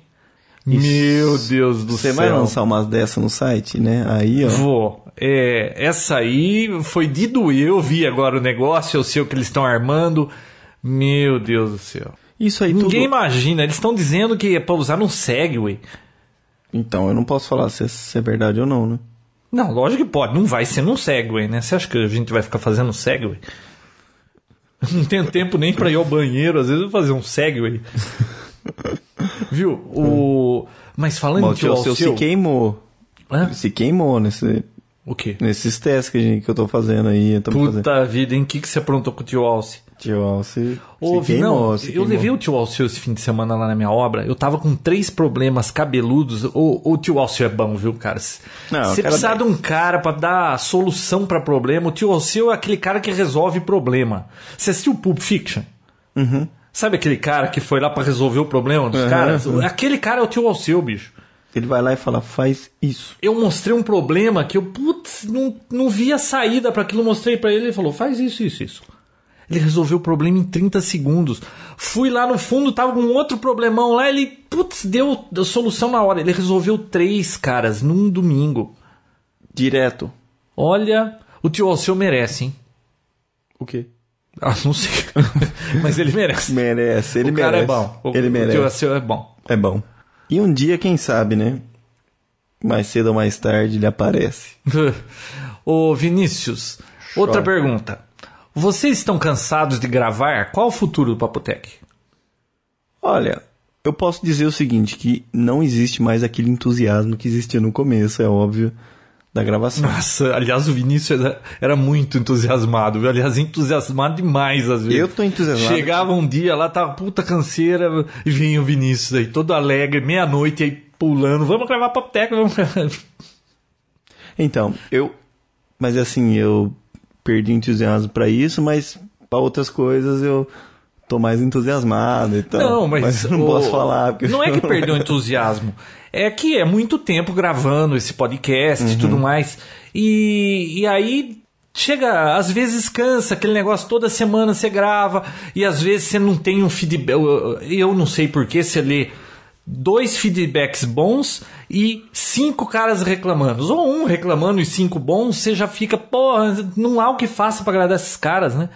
Meu Deus do
Você
céu.
vai lançar umas dessas no site, né? Aí, ó.
Vou. É, essa aí foi de doer. Eu vi agora o negócio, eu sei o que eles estão armando. Meu Deus do céu.
Isso aí
Ninguém
tudo.
imagina. Eles estão dizendo que é pra usar num Segway.
Então, eu não posso falar se, se é verdade ou não, né?
Não, lógico que pode. Não vai ser num Segway, né? Você acha que a gente vai ficar fazendo um Segway? Não tenho tempo nem pra ir ao banheiro. Às vezes eu vou fazer um Segway. Viu? O... Mas falando
Bom, o
de tio
tio seu se
Alceu...
queimou.
Hã?
Se queimou nesse,
O quê?
nesses testes que, a gente- que eu tô fazendo aí. Eu tô fazendo.
Puta vida, em que, que você aprontou com o tio Alce?
Tio Alce. se
Ouve,
queimou,
não,
se
eu
queimou.
levei o tio Alceu esse fim de semana lá na minha obra. Eu tava com três problemas cabeludos. O, o tio Alceu é bom, viu, cara? Se-
Não,
Você
o cara é
precisar de
dá-
um cara pra dar solução pra problema. O tio Alceu é aquele cara que resolve problema. Você assistiu Pulp Fiction? Sabe aquele cara que foi lá pra resolver o problema dos
Uhum.
caras? Aquele cara é o tio Alceu, bicho.
Ele vai lá e fala, faz isso.
Eu mostrei um problema que eu, putz, não, não via saída pra aquilo. Eu Mostrei pra ele, ele falou, faz isso, isso, isso. Ele resolveu o problema em 30 segundos. Fui lá no fundo, tava com outro problemão lá, ele, putz, deu a solução na hora. Ele resolveu três caras num domingo.
Direto.
Olha, o tio Alceu merece, hein?
O quê?
Ah, não sei. Mas ele merece.
Merece, ele
o
merece.
cara é bom. O,
ele
O tio
merece.
Alceu é bom.
É bom. E um dia, quem sabe, né? Mais cedo ou mais tarde ele aparece.
Ô Vinícius, outra
Chora.
pergunta. Vocês estão cansados de gravar? Qual o futuro do Papotec?
Olha, eu posso dizer o seguinte, que não existe mais aquele entusiasmo que existia no começo, é óbvio, da gravação.
Nossa, aliás, o Vinícius era, era muito entusiasmado, viu? aliás, entusiasmado demais às vezes.
Eu tô entusiasmado.
Chegava um dia lá, tava puta canseira, e vinha o Vinícius aí, todo alegre, meia-noite aí pulando, vamos gravar papoteca, vamos gravar.
Então, eu... Mas assim, eu perdi entusiasmo pra isso, mas pra outras coisas eu tô mais entusiasmado e tal.
Não, mas,
então, eu não
o-
posso falar. Porque
Não é que perdeu o entusiasmo. É que é muito tempo gravando esse podcast e
Uhum.
tudo mais. E, e aí chega, às vezes cansa aquele negócio, toda semana você grava e às vezes você não tem um feedback. Eu, eu não sei porquê, você lê dois feedbacks bons e cinco caras reclamando. Ou um reclamando e cinco bons, você já fica, porra, não há o que faça pra agradar esses caras, né?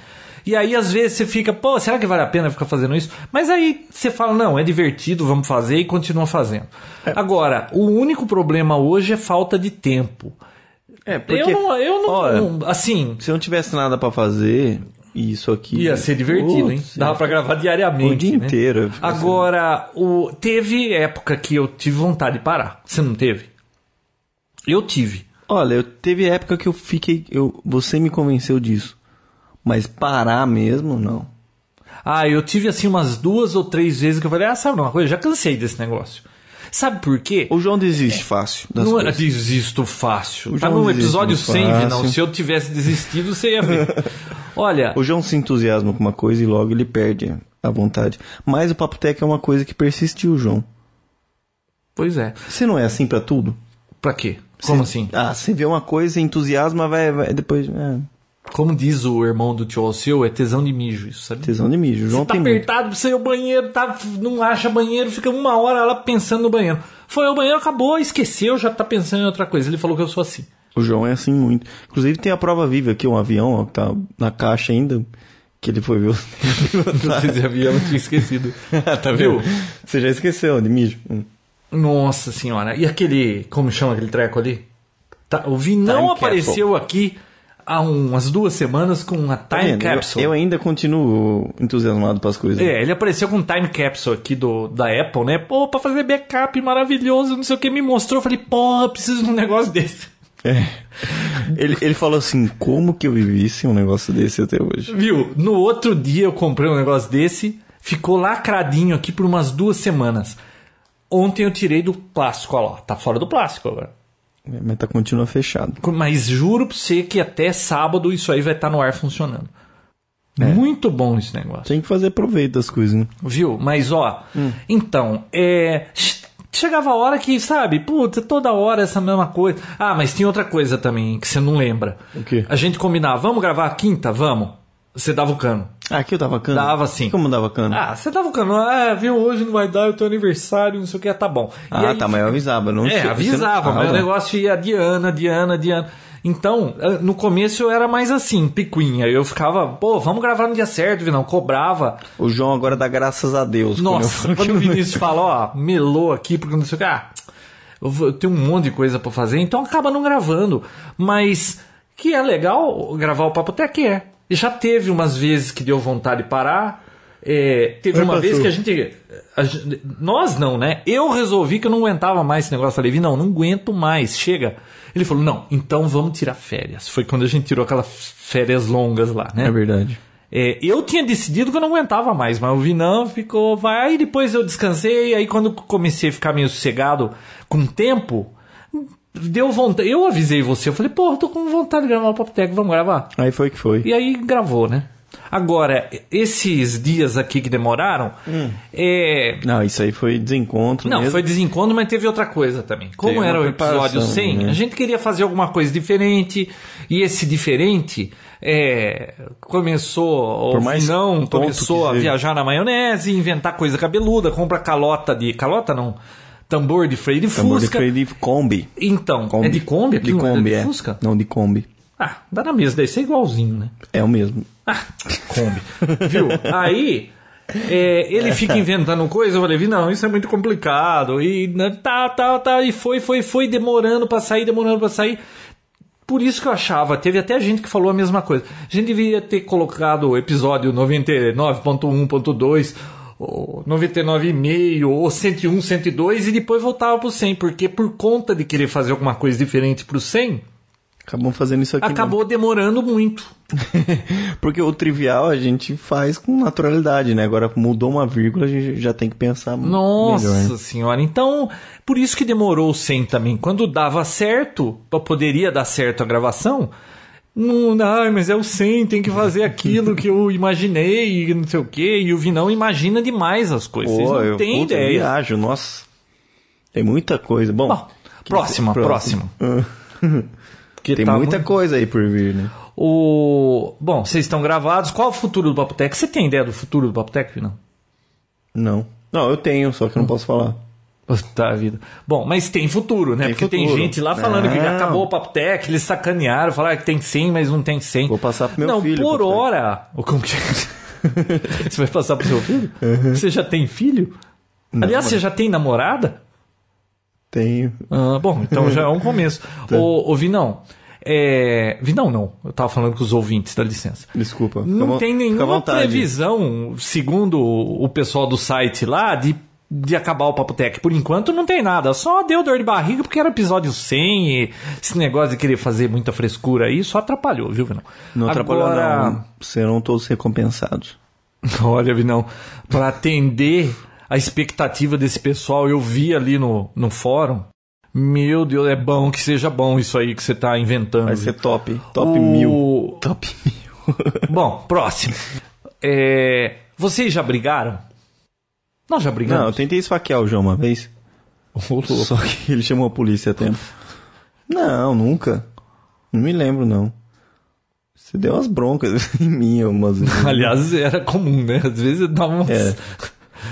E aí, às vezes, você fica, pô, será que vale a pena ficar fazendo isso? Mas aí você fala, não, é divertido, vamos fazer e continua fazendo.
É.
Agora, o único problema hoje é falta de tempo.
É, porque...
eu não, eu não,
Olha,
assim,
se eu não tivesse nada pra fazer, e isso aqui...
ia ser divertido, hein?
Putz,
Dava pra gravar diariamente.
O dia
né?
inteiro.
Agora, o, teve época que eu tive vontade de parar. Você não teve? Eu tive.
Olha, eu- teve época que eu fiquei. Eu, você me convenceu disso. Mas parar mesmo, não.
Ah, eu tive assim umas duas ou três vezes que eu falei, ah, sabe uma coisa? Já cansei desse negócio. Sabe por quê?
O João desiste fácil. Das
Não
coisas.
desisto fácil.
O
Tá
João
no
desiste
episódio
muito
100,
fácil.
não. Se eu tivesse desistido, você ia ver. Olha,
O João se entusiasma com uma coisa e logo ele perde a vontade. Mas o Papo Tech é uma coisa que persistiu, João.
pois é.
Você não é assim pra tudo?
Pra quê? Como assim?
Ah, você vê uma coisa, entusiasma, vai, vai depois. É,
Como diz o irmão do tio Alceu, é tesão de mijo isso, sabe?
tesão de mijo. O João
tá
tem muito.
apertado, precisa ir ao banheiro, tá, não acha banheiro, fica uma hora lá pensando no banheiro. Foi ao banheiro, acabou, esqueceu, já tá pensando em outra coisa. Ele falou que eu sou assim.
O João é assim muito. Inclusive tem a prova viva aqui, um avião ó, que tá na caixa ainda. Que ele foi ver. o-
Não sei se havia, eu tinha esquecido. tá vendo?
Você já esqueceu de mijo? Hum.
Nossa senhora. E aquele. Como chama aquele treco ali? Tá, o Vinão
Time
apareceu aqui há um, umas duas semanas com uma
Tá
Time
vendo? Eu-
Capsule.
Eu, ainda continuo entusiasmado pras coisas. né?
É, ele apareceu com um time capsule aqui do, da Apple, né? Pô, pra fazer backup maravilhoso, não sei o que, me mostrou. Eu falei, porra, preciso de um negócio desse.
Ele, ele falou assim: como que eu vivi sem um negócio desse até hoje?
Viu? No outro dia eu comprei um negócio desse, ficou lacradinho aqui por umas duas semanas. Ontem eu tirei do plástico, olha lá, tá fora do plástico agora.
É, Mas tá continua fechado.
Mas juro pra você que até sábado isso aí vai estar no ar funcionando. Muito bom esse negócio.
né? Tem que fazer proveito das coisas, né?
Viu? Mas ó,
Hum.
então, é. che- Chegava a hora que, sabe, puta, toda hora essa mesma coisa. Ah, mas tem outra coisa também que você não lembra.
O quê?
A gente combinava, vamos gravar a quinta? Vamos. Você dava o cano.
Ah, aqui eu dava cana?
Dava, sim.
Como dava cana?
Assim. Ah, você dava o cano. Ah, viu, hoje não vai dar, é o teu aniversário, não sei o que, ah, tá bom. E
Ah,
aí
tá, mas eu avisava. Não
é,
sei-
avisava,
você não-
mas o
Ah,
negócio ia Diana, Diana, Diana. Então, eh, no começo eu era mais assim, picuinha. Eu ficava, pô, vamos gravar no dia certo, Vinão. Cobrava.
O João agora dá graças a Deus. quando eu
Nossa,
falo
quando o
que não-
Vinícius fala, ó, melou aqui, porque não sei o que. Ah, eu vou- eu tenho um monte de coisa pra fazer, então acaba não gravando. Mas que é legal gravar o papo até que é. E já teve umas vezes que deu vontade de parar. É, teve
Mas
uma
passou.
vez que a gente, a gente- Nós não, né? Eu resolvi que eu não aguentava mais esse negócio. Falei, Vi, não, não aguento mais, chega. Ele falou, não, então vamos tirar férias. Foi quando a gente tirou aquelas férias longas lá, né?
É verdade.
É, eu tinha decidido que eu não aguentava mais, mas o Vinão ficou, vai, e depois eu descansei, aí quando comecei a ficar meio sossegado com o tempo, deu vontade, eu avisei você, eu falei, porra, tô com vontade de gravar o Poptec, vamos gravar?
Aí foi que foi.
E aí gravou, né? Agora, esses dias aqui que demoraram, é...
Hum. Não, isso aí foi desencontro.
Não,
mesmo.
foi desencontro, mas teve outra coisa também. Como
Teve uma
era o episódio
preparação,
100,
né?
a gente queria fazer alguma coisa diferente, e esse diferente é, começou,
Por
o
mais
não
tonto
começou
que
a
seja.
viajar na maionese, inventar coisa cabeluda, compra calota de... calota não, tambor de freio de
Tambor de
fusca.
freio de Kombi.
Então,
Kombi.
é de Kombi? aqui,
De
não
Kombi,
é.
é.
De Fusca?
Não, de Kombi.
Ah, dá na mesa, daí isso é igualzinho, né?
É o mesmo.
Ah, Kombi. Viu? Aí é, ele fica inventando coisa, eu falei, "Vi, não, isso é muito complicado. E né, tá, tá, tá, e foi, foi, foi, demorando pra sair, demorando pra sair. Por isso que eu achava, teve até gente que falou a mesma coisa. A gente devia ter colocado o episódio 99.1.2 o 99,5 ou 101, 102 e depois voltava pro 100, porque por conta de querer fazer alguma coisa diferente pro 100,
Acabam fazendo isso aqui. né?
acabou demorando muito.
mesmo. Porque o trivial a gente faz com naturalidade, né? Agora mudou uma vírgula, a gente já tem que pensar
Nossa
melhor. né?
senhora, então por isso que demorou o 100 também. Quando dava certo, pra- poderia dar certo a gravação, não, ai, mas é o 100, tem que fazer aquilo que eu imaginei e não sei o que. E o Vinão imagina demais as coisas,
Pô,
vocês não
eu,
têm
puta,
ideia.
viajo, nossa. Tem muita coisa. Bom,
Bom, próxima, próxima. Porque
tem
tá
muita
muito-
coisa aí por vir, né?
O... Bom, vocês estão gravados. Qual é o futuro do Papotec? Você tem ideia do futuro do Papotec, não?
Não. Não, eu tenho, só que eu não posso falar.
Puta vida. Bom, mas tem futuro, né?
Tem
Porque tem
futuro. É.
gente lá falando que
Não.
acabou o Papotec, eles sacanearam, falaram que tem 100, mas não tem 100.
Vou passar pro meu
não,
filho,
por
Papotec.
hora... O como que... é? você vai passar pro seu filho?
Uhum.
Você já tem filho? Aliás, você já tem namorada?
Tenho.
Ah, bom, então já é um começo.
Tá.
ô, ô, Vinão, é... Vinão não, eu tava falando com os ouvintes, dá licença.
Desculpa. Fica à
Não
vo-
tem
fica à
nenhuma
vontade.
previsão, segundo o pessoal do site lá, de, de acabar o Papo Tech. Por enquanto não tem nada, só deu dor de barriga porque era episódio 100 e esse negócio de querer fazer muita frescura aí só atrapalhou, viu, Vinão?
Não atrapalhou,
Agora-
não. Serão todos recompensados.
Olha, Vinão, para atender a expectativa desse pessoal, eu vi ali no, no fórum. Meu Deus, é bom que seja bom isso aí que você tá inventando.
Vai
viu?
ser top. Top
O-
mil. Top mil.
Bom, próximo. É, Vocês já brigaram? Nós já
não, eu
brigamos.
tentei esfaquear o João uma vez. Só que ele chamou a polícia a tempo. Não, nunca. Não me lembro, não. Você deu umas broncas em mim algumas vezes.
Aliás, era comum, né? Às vezes eu dava umas,
É.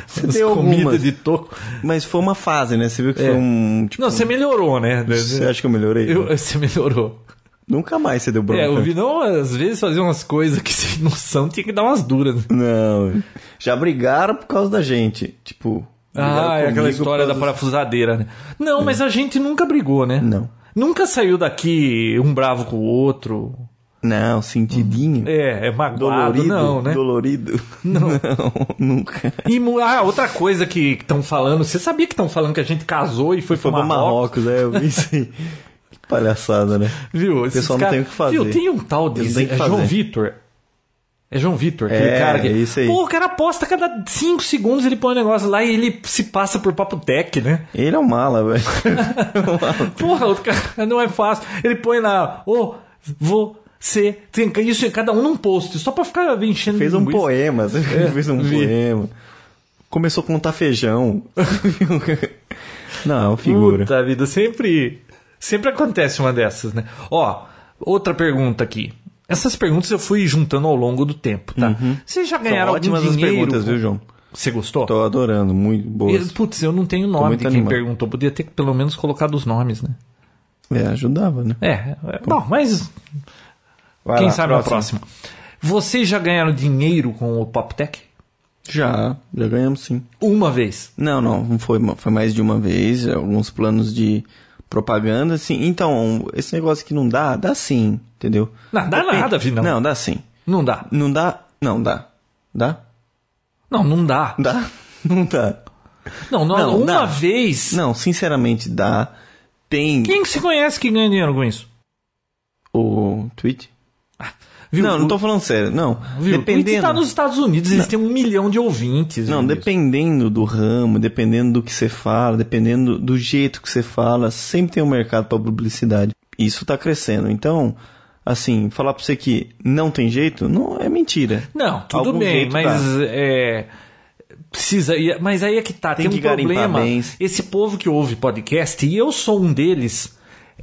Você
umas
deu
comida
algumas.
de toco. É.
Mas foi uma fase, né? Você viu que foi um. Tipo,
Não, você melhorou, né?
Você acha que eu melhorei? um
Eu- você melhorou.
Nunca mais você deu bronca.
É, o Vinão às vezes fazia umas coisas que sem noção tinha que dar umas duras. né?
Não. Já brigaram por causa da gente. Tipo. brigaram
Ah, é
comigo
aquela história da
por causa É.
parafusadeira, né? Não, mas a gente nunca brigou, né?
Não.
Nunca saiu daqui um bravo com o outro.
Não, sentidinho.
É, é magoado,
Dolorido.
não, né?
Dolorido. Não. nunca.
E mu- ah, outra coisa que estão falando, você sabia que estão falando que a gente casou e foi,
Foi pra Marrocos,
né?
é, eu vi isso aí. Que palhaçada, né?
Viu? Esses
pessoal não
caras-
tem o que fazer.
Viu, tem um tal de
Eles têm que
é João
fazer.
Vitor. É João Vitor, aquele
É,
cara que.
é isso aí.
Pô, o cara aposta a cada 5 segundos, ele põe um negócio lá e ele se passa por papo tech, né?
Ele é um mala, velho.
Porra, o cara não é fácil. Ele põe lá, ô, você. Tem isso em cada um num post, só pra ficar enchendo
Fez um
linguiça.
poema, você fez um
É, vi.
poema. Começou a contar feijão. Não, é uma figura.
Puta vida, sempre, sempre acontece uma dessas, né? Ó, outra pergunta aqui. Essas perguntas eu fui juntando ao longo do tempo, tá? Vocês já
Uhum. São
ganharam algum
ótimas as
dinheiro?
perguntas, viu, João?
Você gostou?
Tô adorando, muito
Eu-
boas.
Putz, eu não tenho nome
muito
de quem
animado.
perguntou. Podia ter pelo menos colocado os nomes, né?
É, ajudava, né?
É, é bom, mas
Vai
quem
lá,
sabe na próxima. Vocês já ganharam dinheiro com o Poptech?
Já, já ganhamos sim.
Uma vez.
Não, não, não foi, uma- foi mais de uma vez, alguns planos de propaganda, assim. Então, esse negócio que não dá, dá sim, entendeu?
Não, dá
Depende-
nada, Vinão.
Não, dá sim.
Não dá.
Não dá, não dá. Dá?
Não, não dá.
Dá? Não dá.
Não, não,
Não,
uma
dá.
vez.
Não, sinceramente, dá. Tem
Quem que se conhece que ganha dinheiro com isso?
o tweet?
Viu?
Não, não tô falando sério, não.
Viu? Dependendo.
Dependendo.
tá nos Estados Unidos, eles têm um milhão de ouvintes.
Não,
viu?
dependendo do ramo, dependendo do que você fala, dependendo do jeito que você fala, sempre tem um mercado pra publicidade. Isso tá crescendo. Então, assim, falar pra você que não tem jeito, não é mentira.
Não, tudo
Algum
bem,
jeito tá.
mas é, precisa ir- mas aí é que tá, tem,
Tem
um
que garimpar
problema.
bens.
Esse povo que ouve podcast e eu sou um deles,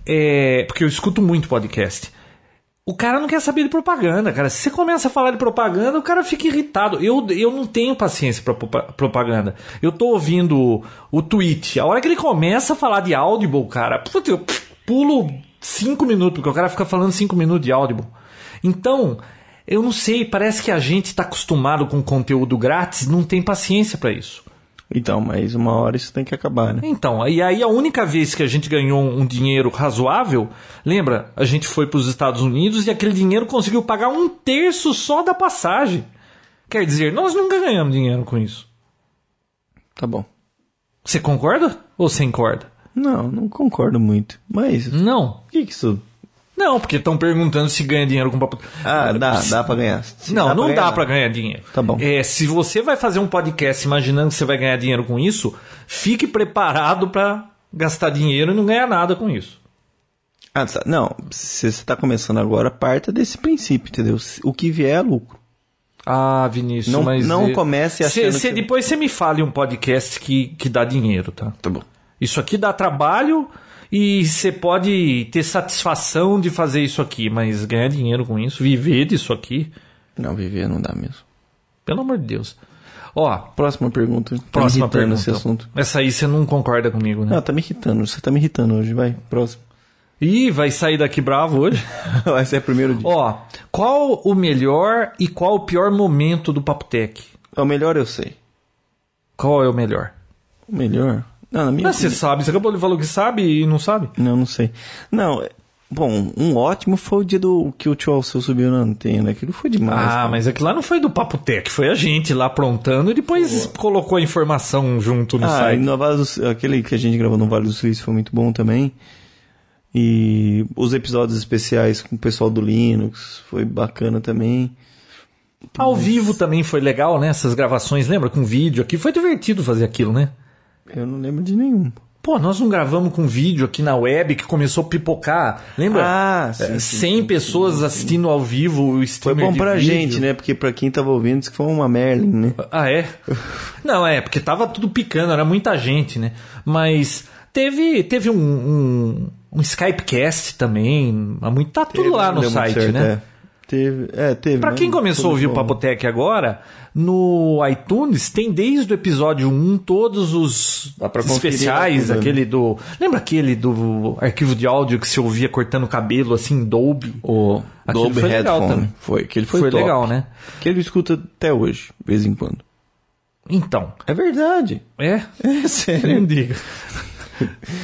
é, porque eu escuto muito podcast. O cara não quer saber de propaganda, cara. Se você começa a falar de propaganda, o cara fica irritado. Eu, eu não tenho paciência pra propa- propaganda. Eu tô ouvindo o, o tweet. A hora que ele começa a falar de Audible, cara, puta, eu pulo cinco minutos, porque o cara fica falando cinco minutos de Audible. Então, eu não sei, parece que a gente tá acostumado com conteúdo grátis, não tem paciência pra isso.
Então, mas uma hora isso tem que acabar, né?
Então, e aí a única vez que a gente ganhou um dinheiro razoável, lembra? A gente foi para os Estados Unidos e aquele dinheiro conseguiu pagar um terço só da passagem. Quer dizer, nós nunca ganhamos dinheiro com isso.
Tá bom.
Você concorda ou você concorda?
Não, não concordo muito. Mas. O
Não.
que que isso.
Não, porque estão perguntando se ganha dinheiro com papo.
Ah, dá, dá pra ganhar. Se
Não, não dá
ganhar,
pra ganhar dinheiro.
Tá bom.
É, se você vai fazer um podcast imaginando que você vai ganhar dinheiro com isso, fique preparado pra gastar dinheiro e não ganhar nada com isso.
Ah, tá. Não, se você tá começando agora, parta desse princípio, entendeu? O que vier é lucro.
Ah, Vinícius,
Não-
mas
não comece achando
Cê, cê,
que-
Depois você me fale um podcast que, que dá dinheiro, tá?
Tá bom.
Isso aqui dá trabalho e você pode ter satisfação de fazer isso aqui, mas ganhar dinheiro com isso, viver disso aqui,
Não, viver não dá mesmo.
pelo amor de Deus. Ó,
Próxima pergunta. Tá me
próxima
irritando
pergunta.
esse assunto.
Essa aí você não concorda comigo, né?
Não, tá me irritando. Você tá me irritando hoje. Vai, próximo.
Ih, vai sair daqui bravo hoje.
Esse é o primeiro dia.
Ó, qual o melhor e qual o pior momento do Papotec?
É O melhor eu sei.
Qual é o melhor?
O melhor? Não, na minha
Mas você
opinião-
sabe, você acabou de falar que sabe e não sabe?
Não, não sei. Não, é- bom, um ótimo foi o dia do que o tio Alceu subiu na antena. Aquilo foi demais.
Ah,
cara.
mas aquilo lá não foi do Papotec, foi a gente lá aprontando e depois colocou a informação junto no
Ah, e
site.
no Vale do Su- aquele que a gente gravou no Vale do Suíço foi muito bom também. E os episódios especiais com o pessoal do Linux foi bacana também.
Ao vivo também foi legal, né? Essas gravações, lembra? Com vídeo aqui. Foi divertido fazer aquilo, né?
Eu não lembro de nenhum.
Pô, nós não gravamos com vídeo aqui na web que começou a pipocar. Lembra?
Ah, sim,
É,
sim,
100 pessoas assistindo ao vivo o
Foi
streamer
É bom
de
pra
vídeo.
gente, né? Porque pra quem tava ouvindo, isso que foi uma Merlin, né?
Ah, é? Não, é, porque tava tudo picando, era muita gente, né? Mas teve, teve um, um, um Skypecast também. há muito- Tá tudo lá no
Deu muito
site,
certo,
né?
É. Teve, é, teve.
Pra
né?
quem começou a
Tudo
ouvir o
bom.
Papotec agora, no iTunes tem desde o episódio 1 todos os
Dá pra conferir né?
especiais,
lá tudo,
aquele do. Lembra aquele do arquivo de áudio que se ouvia cortando cabelo assim, Dolby?
O
Aquilo
Dolby
foi legal
Headphone.
também.
Foi, que ele foi,
Foi
top.
legal, né?
Que ele escuta até hoje, de vez em quando.
Então,
É verdade.
é?
É sério.
Não diga.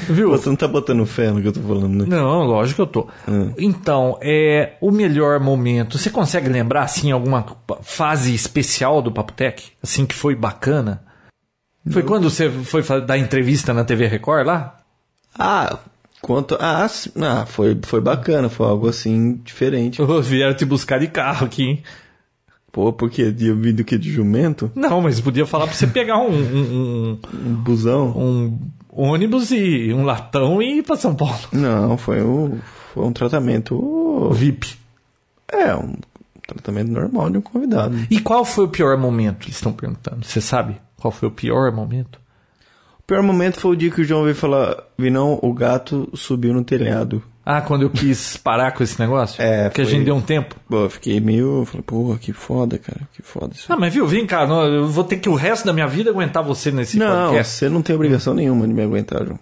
Viu?
Você não tá botando fé no que eu tô falando, né?
Não, lógico que eu tô.
Hum.
Então, é o melhor momento. Você consegue lembrar, assim, alguma pa- fase especial do Papotec? Assim, que foi bacana? Foi quando você foi fa- dar entrevista na TV Record lá?
Ah, quanto. Ah, sim. ah foi, foi bacana, foi algo assim diferente.
Ô, Vieram te buscar de carro aqui, hein?
Pô, porque eu vim do que? De jumento?
Não, mas podia falar pra você pegar um, um-
Um busão?
um- um ônibus e um latão e ir pra São Paulo.
Não, foi um, foi um tratamento.
VIP.
É, um tratamento normal de um convidado.
E qual foi o pior momento? Estão perguntando. Você sabe qual foi o pior momento?
O pior momento foi o dia que o João veio falar: Vinão, o gato subiu no telhado.
Ah, quando eu quis parar com esse negócio?
É,
Porque a
foi-
gente deu um tempo.
Pô, eu fiquei meio. Falei, porra, que foda, cara, que foda isso.
Ah, mas viu, vem cá, não, eu vou ter que o resto da minha vida aguentar você nesse
não,
podcast.
você não tem obrigação nenhuma de me aguentar, João.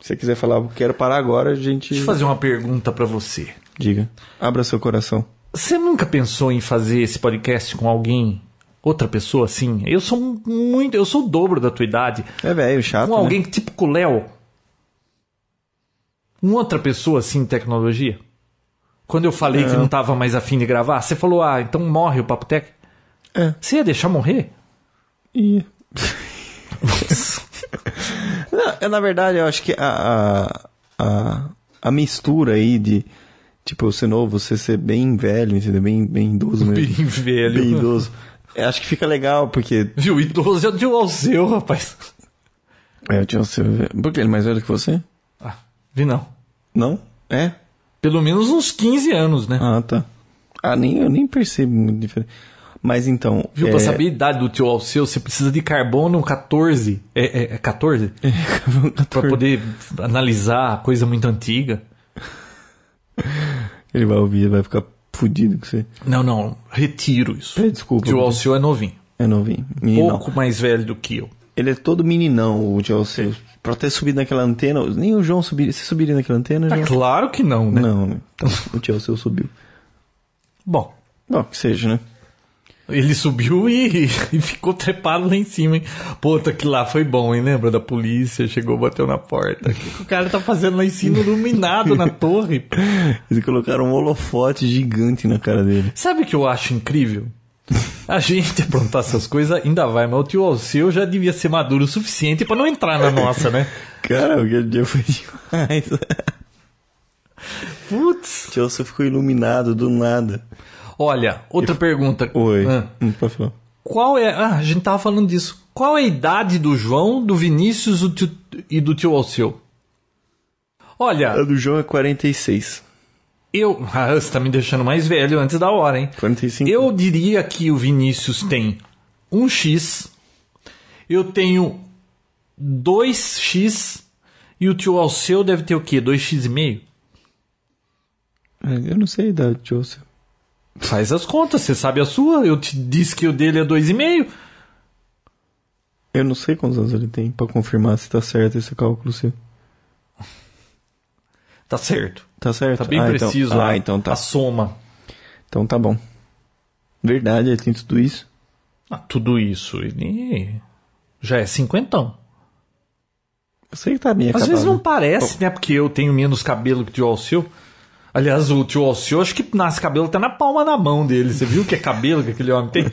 Se você quiser falar, eu quero parar agora, a gente.
Deixa eu fazer uma pergunta pra você.
Diga. Abra seu coração.
Você nunca pensou em fazer esse podcast com alguém, outra pessoa assim? Eu sou muito, eu sou o dobro da tua idade.
É velho, chato.
com
né?
alguém que tipo com o Léo? Uma outra pessoa assim em tecnologia? Quando eu falei que não tava mais afim de gravar, você falou, ah, então morre o Papo Tech.
É.
Você ia deixar morrer?
Ih. Não, é, na verdade, eu acho que a, a, a, a mistura aí de, tipo, eu ser novo, você ser bem velho, entendeu? Bem, bem idoso mesmo.
Bem velho.
Bem idoso. Eu acho que fica legal, porque...
Viu, idoso é de um ao seu, rapaz.
É, eu tinha um seu... Por que ele é mais velho que você?
Ah, vi não.
Não? É?
Pelo menos uns 15 anos, né?
Ah, tá. Ah, nem, eu nem percebo muito diferente. Mas então...
Viu?
é...
Pra saber a idade do teu Alceu, você precisa de carbono 14. É, é, é 14? Pra poder analisar coisa muito antiga.
Ele vai ouvir, vai ficar fudido com você.
Não, não. Retiro isso.
Pede desculpa.
Tio Alceu é novinho.
É novinho. Meninão.
Pouco mais velho do que eu.
Ele é todo meninão, o Chelsea. Pra ter subido naquela antena, nem o João subiria. Você subiria naquela antena,
Tá
João?
claro que não, né?
Não, né? Então, o Chelsea subiu.
Bom,
Bom, que seja, né?
ele subiu e, e ficou trepado lá em cima, hein? Puta, que lá foi bom, hein? Lembra da polícia? Chegou, bateu na porta. O que o cara tá fazendo lá em cima, iluminado na torre?
Eles colocaram um holofote gigante na cara dele.
Sabe o que eu acho incrível? A gente aprontar essas coisas ainda vai, mas o tio Alceu já devia ser maduro o suficiente pra não entrar na nossa, né?
Cara, aquele dia foi demais.
Putz.
Tio, você ficou iluminado do nada.
Olha, outra pergunta.
Oi.
Ah,
Hum, pode falar.
Qual é. Ah, a gente tava falando disso. Qual é a idade do João, do Vinícius do tio- e do tio Alceu?
A
Olha,
do João é 46.
eu. Ah, você tá me deixando mais velho antes da hora, hein?
45.
Eu diria que o Vinícius tem um X, eu tenho 2x e o tio Alceu deve ter o quê? 2x e meio?
É, Eu não sei a idade do tio Alceu.
Faz as contas, você sabe a sua. Eu te disse que o dele é 2,5.
Eu não sei quantos anos ele tem pra confirmar se tá certo esse cálculo seu.
Tá certo.
Tá certo?
Tá bem
Ah, então-
preciso
Ah,
a-
então tá.
a soma.
Então tá bom. Verdade, ele tem tudo isso.
Ah, tudo isso, ele já é cinquentão.
Eu sei que tá bem
Às
acabado.
vezes não parece, né? Porque eu tenho menos cabelo que o tio Alceu. Aliás, o tio Alceu, acho que nasce cabelo até na palma da mão dele. Você viu que é cabelo que aquele homem tem?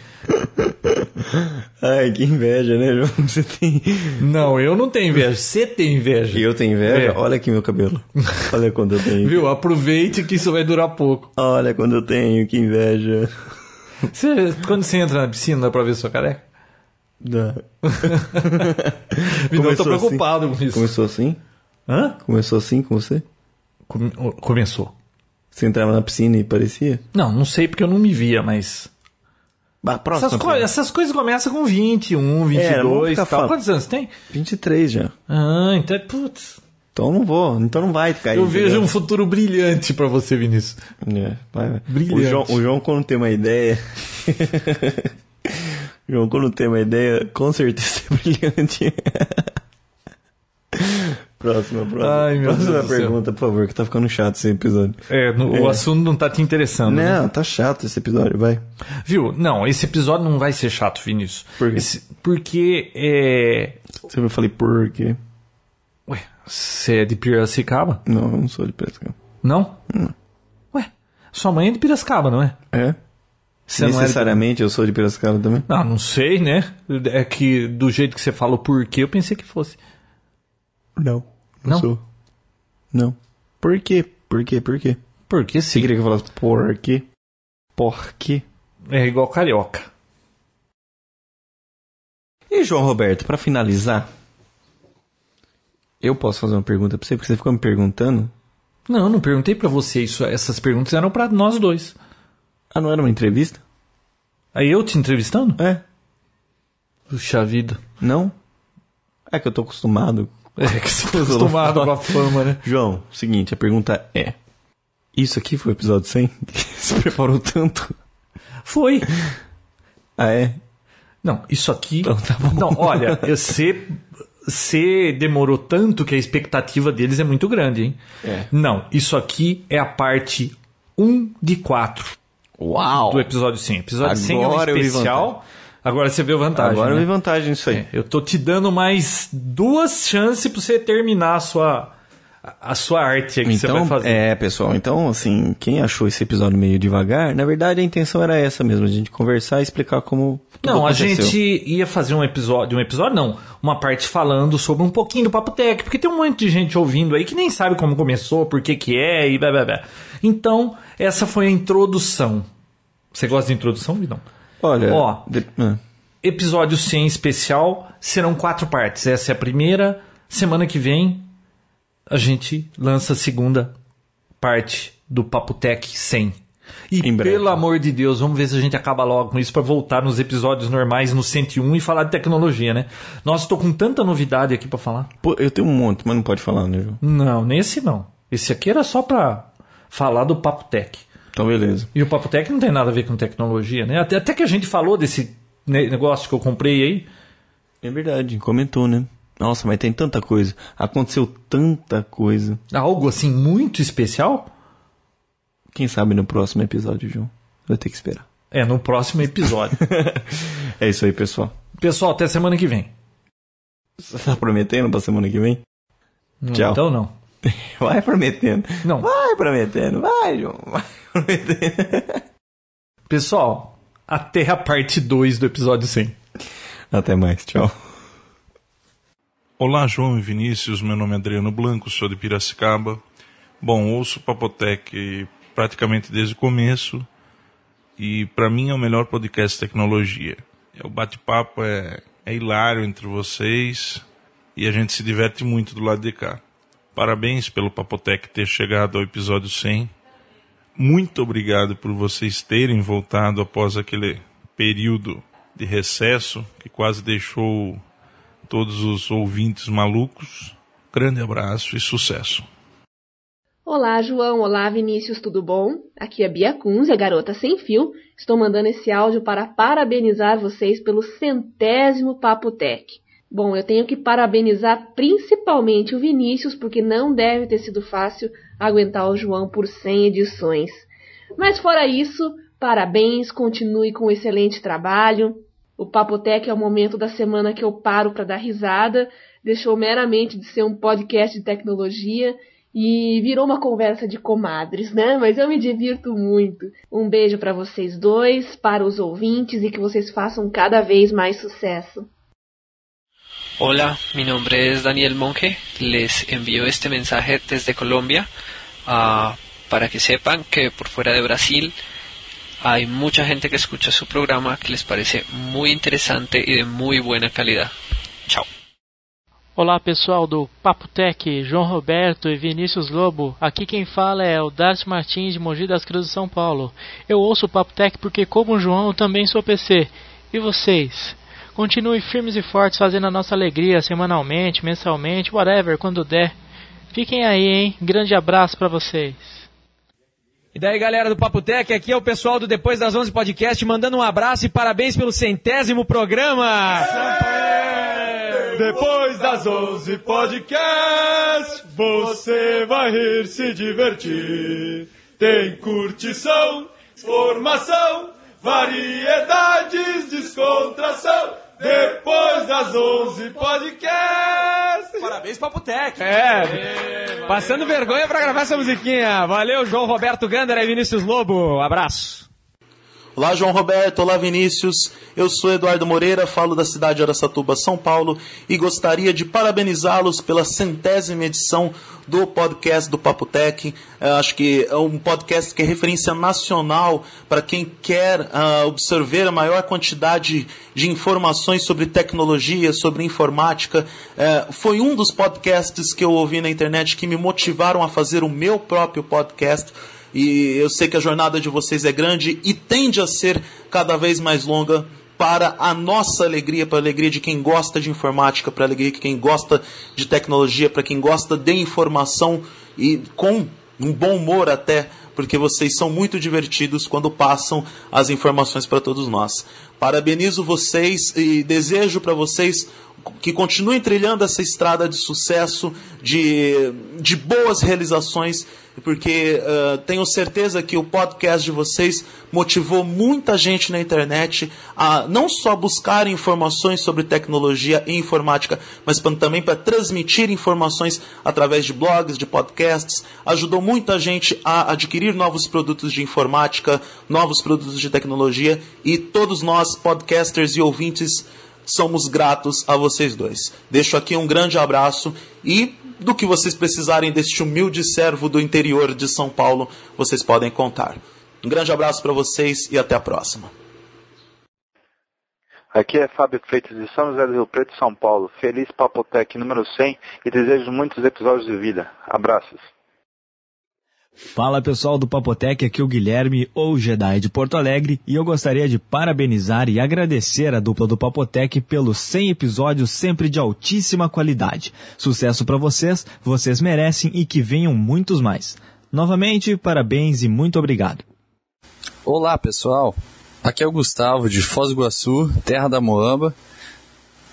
Ai, que inveja, né, João? Você tem...
Não, eu não tenho inveja. Você tem inveja.
E eu tenho inveja?
É.
Olha aqui meu cabelo. Olha quando eu tenho.
Viu? Aproveite que isso vai durar pouco.
Olha quando eu tenho, que inveja.
Você- quando você entra na piscina, dá pra ver sua careca?
Dá.
Não, eu tô
Começou assim.
preocupado com isso.
Começou assim?
Hã?
Começou assim com você?
Come- oh, começou.
Você entrava na piscina e parecia?
Não, não sei porque eu não me via, mas.
Bah, próxima
Essas, co-
pergunta.
essas coisas começam com 21,
É, não vou
22
ficar
e tal.
falando.
Quantos anos tem?
23 já.
Ah, então é. Putz.
Então não vou, então não vai cair.
Eu vejo um futuro brilhante pra você, Vinícius.
É, vai, vai.
Brilhante.
O João, o João, quando tem uma ideia. o João, quando tem uma ideia, com certeza é brilhante. próxima, próxima.
Ai, meu
próxima
Deus do céu.
pergunta, por favor, que tá ficando chato esse episódio.
É, no- o
É.
assunto não tá te interessando. né?
Não, tá chato esse episódio, vai.
Viu? Não, esse episódio não vai ser chato, Vinícius.
Por quê?
Esse- porque é.
Sempre eu falei por quê?
Ué, você é de Piracicaba?
Não, eu não sou de Piracicaba.
Não? Ué, sua mãe é de Piracicaba, não é?
É?
Você não é de-
Necessariamente eu sou de Piracicaba também?
Não, não sei, né? É que do jeito que você fala o porquê, eu pensei que fosse.
Não.
Não?
sou. Não. Por quê? Por quê? Por quê?
Porque
Você
sim.
queria que eu falasse por quê? Por quê?
É igual carioca.
E João Roberto, pra finalizar, eu posso fazer uma pergunta pra você, porque você ficou me perguntando.
Não, não perguntei pra você isso. Essas perguntas eram pra nós dois.
Ah, não era uma entrevista?
Aí eu te entrevistando?
É?
Puxa vida.
Não? É que eu tô acostumado.
É que você tá acostumado com a fama, né?
João, seguinte, a pergunta é: Isso aqui foi o episódio 100? Que você preparou tanto?
Foi.
Ah, é?
Não, isso aqui. Não, olha, você, você demorou tanto que a expectativa deles é muito grande, hein?
É.
Não, isso aqui é a parte 1 de 4
Uau!
do episódio 100. Episódio 100 é um
Agora eu vi
especial. Agora você vê a vantagem.
Agora eu
né?
vi vantagem nisso aí.
É, Eu tô te dando mais duas chances pra você terminar a sua, a sua arte aí que você vai
Então,
fazer.
é, pessoal, então, assim, quem achou esse episódio meio devagar, na verdade a intenção era essa mesmo, a gente conversar e explicar como tudo
Não, a
aconteceu.
gente ia fazer um episódio, um episódio não, uma parte falando sobre um pouquinho do Papo Tech, porque tem um monte de gente ouvindo aí que nem sabe como começou, por que que é e blá blá blá. Então, essa foi a introdução. Você gosta de introdução, Vidão?
Olha,
Ó.
de- ah,
Episódio 100 especial serão quatro partes. Essa é a primeira. Semana que vem a gente lança a segunda parte do Papo Tech 100. E
Em breve.
pelo amor de Deus, vamos ver se a gente acaba logo com isso pra voltar nos episódios normais no 101 e falar de tecnologia, né? Nossa, tô com tanta novidade aqui pra falar.
pô, eu tenho um monte, mas não pode falar, né, João?
Não, nesse não. Esse aqui era só pra falar do Papo Tech.
Então, beleza.
E o Papo Tech não tem nada a ver com tecnologia, né? Até, até que a gente falou desse ne- negócio que eu comprei aí.
É verdade, comentou, né? Nossa, mas tem tanta coisa. Aconteceu tanta coisa.
Algo assim muito especial?
Quem sabe no próximo episódio, João? Vai ter que esperar.
É, no próximo episódio.
É isso aí, pessoal.
Pessoal, até semana que vem.
Você tá prometendo pra semana que vem? Tchau.
Então não.
Vai prometendo.
Não.
Vai prometendo, vai, João. Vai prometendo.
Pessoal, até a parte 2 do episódio 100.
Até mais, tchau.
Olá, João e Vinícius. Meu nome é Adriano Blanco, sou de Piracicaba. Bom, ouço o Papotec praticamente desde o começo e para mim é o melhor podcast de tecnologia. O bate-papo é, é hilário entre vocês e a gente se diverte muito do lado de cá. Parabéns pelo Papotec ter chegado ao episódio 100. Muito obrigado por vocês terem voltado após aquele período de recesso que quase deixou todos os ouvintes malucos. Grande abraço e sucesso.
Olá, João. Olá, Vinícius. Tudo bom? Aqui é Bia Kunz, a garota sem fio. Estou mandando esse áudio para parabenizar vocês pelo centésimo Papo Tech. Bom, eu tenho que parabenizar principalmente o Vinícius, porque não deve ter sido fácil aguentar o João por 100 edições. Mas fora isso, parabéns, continue com um excelente trabalho. O Papotec é o momento da semana que eu paro para dar risada, deixou meramente de ser um podcast de tecnologia e virou uma conversa de comadres, né? Mas eu me divirto muito. Um beijo para vocês dois, para os ouvintes e que vocês façam cada vez mais sucesso.
Hola, mi nombre es Daniel Monge. Les envío este mensaje desde Colombia uh, para que sepan que por fuera de Brasil hay mucha gente que escucha su programa que les parece muy interesante y de muy buena calidad. Chao.
Olá pessoal do Papo Tech, João Roberto e Vinícius Lobo. Aqui quem fala é o Darcio Martins de Mogi das Cruzes, São Paulo. Eu ouço o Papo Tech porque, como o João, eu também sou PC. E vocês? Continue firmes e fortes fazendo a nossa alegria semanalmente, mensalmente, whatever, quando der. Fiquem aí, hein? Grande abraço para vocês.
E daí, galera do Papo Tech, aqui é o pessoal do Depois das 11 Podcast, mandando um abraço e parabéns pelo centésimo programa!
Depois das 11 Podcast, você vai rir, se divertir. Tem curtição, formação, variedades, descontração. Depois das 11 podcast.
Parabéns, Papotec.
É.
é. Passando vergonha pra gravar essa musiquinha. Valeu, João Roberto Gandara e Vinícius Lobo. Abraço.
Olá, João Roberto. Olá, Vinícius. Eu sou Eduardo Moreira, falo da cidade de Aracatuba, São Paulo, e gostaria de parabenizá-los pela centésima edição do podcast do Papo Tech. Eu acho que é um podcast que é referência nacional para quem quer uh, observar a maior quantidade de informações sobre tecnologia, sobre informática. Uh, foi um dos podcasts que eu ouvi na internet que me motivaram a fazer o meu próprio podcast. E eu sei que a jornada de vocês é grande e tende a ser cada vez mais longa para a nossa alegria, para a alegria de quem gosta de informática, para a alegria de quem gosta de tecnologia, para quem gosta de informação e com um bom humor até, porque vocês são muito divertidos quando passam as informações para todos nós. Parabenizo vocês e desejo para vocês que continuem trilhando essa estrada de sucesso, de, de boas realizações, porque uh, tenho certeza que o podcast de vocês motivou muita gente na internet a não só buscar informações sobre tecnologia e informática, mas também para transmitir informações através de blogs, de podcasts. Ajudou muita gente a adquirir novos produtos de informática, novos produtos de tecnologia e todos nós, podcasters e ouvintes, somos gratos a vocês dois. Deixo aqui um grande abraço e do que vocês precisarem deste humilde servo do interior de São Paulo, vocês podem contar. Um grande abraço para vocês e até a próxima.
Aqui é Fábio Freitas de São José do Rio Preto, São Paulo. Feliz Papotec número 100 e desejo muitos episódios de vida. Abraços.
Fala pessoal do Papotec, aqui é o Guilherme ou Jedi de Porto Alegre e eu gostaria de parabenizar e agradecer a dupla do Papotec pelos 100 episódios sempre de altíssima qualidade. Sucesso para vocês, vocês merecem e que venham muitos mais. Novamente, parabéns e muito obrigado.
Olá pessoal, aqui é o Gustavo de Foz do Iguaçu, terra da Moamba.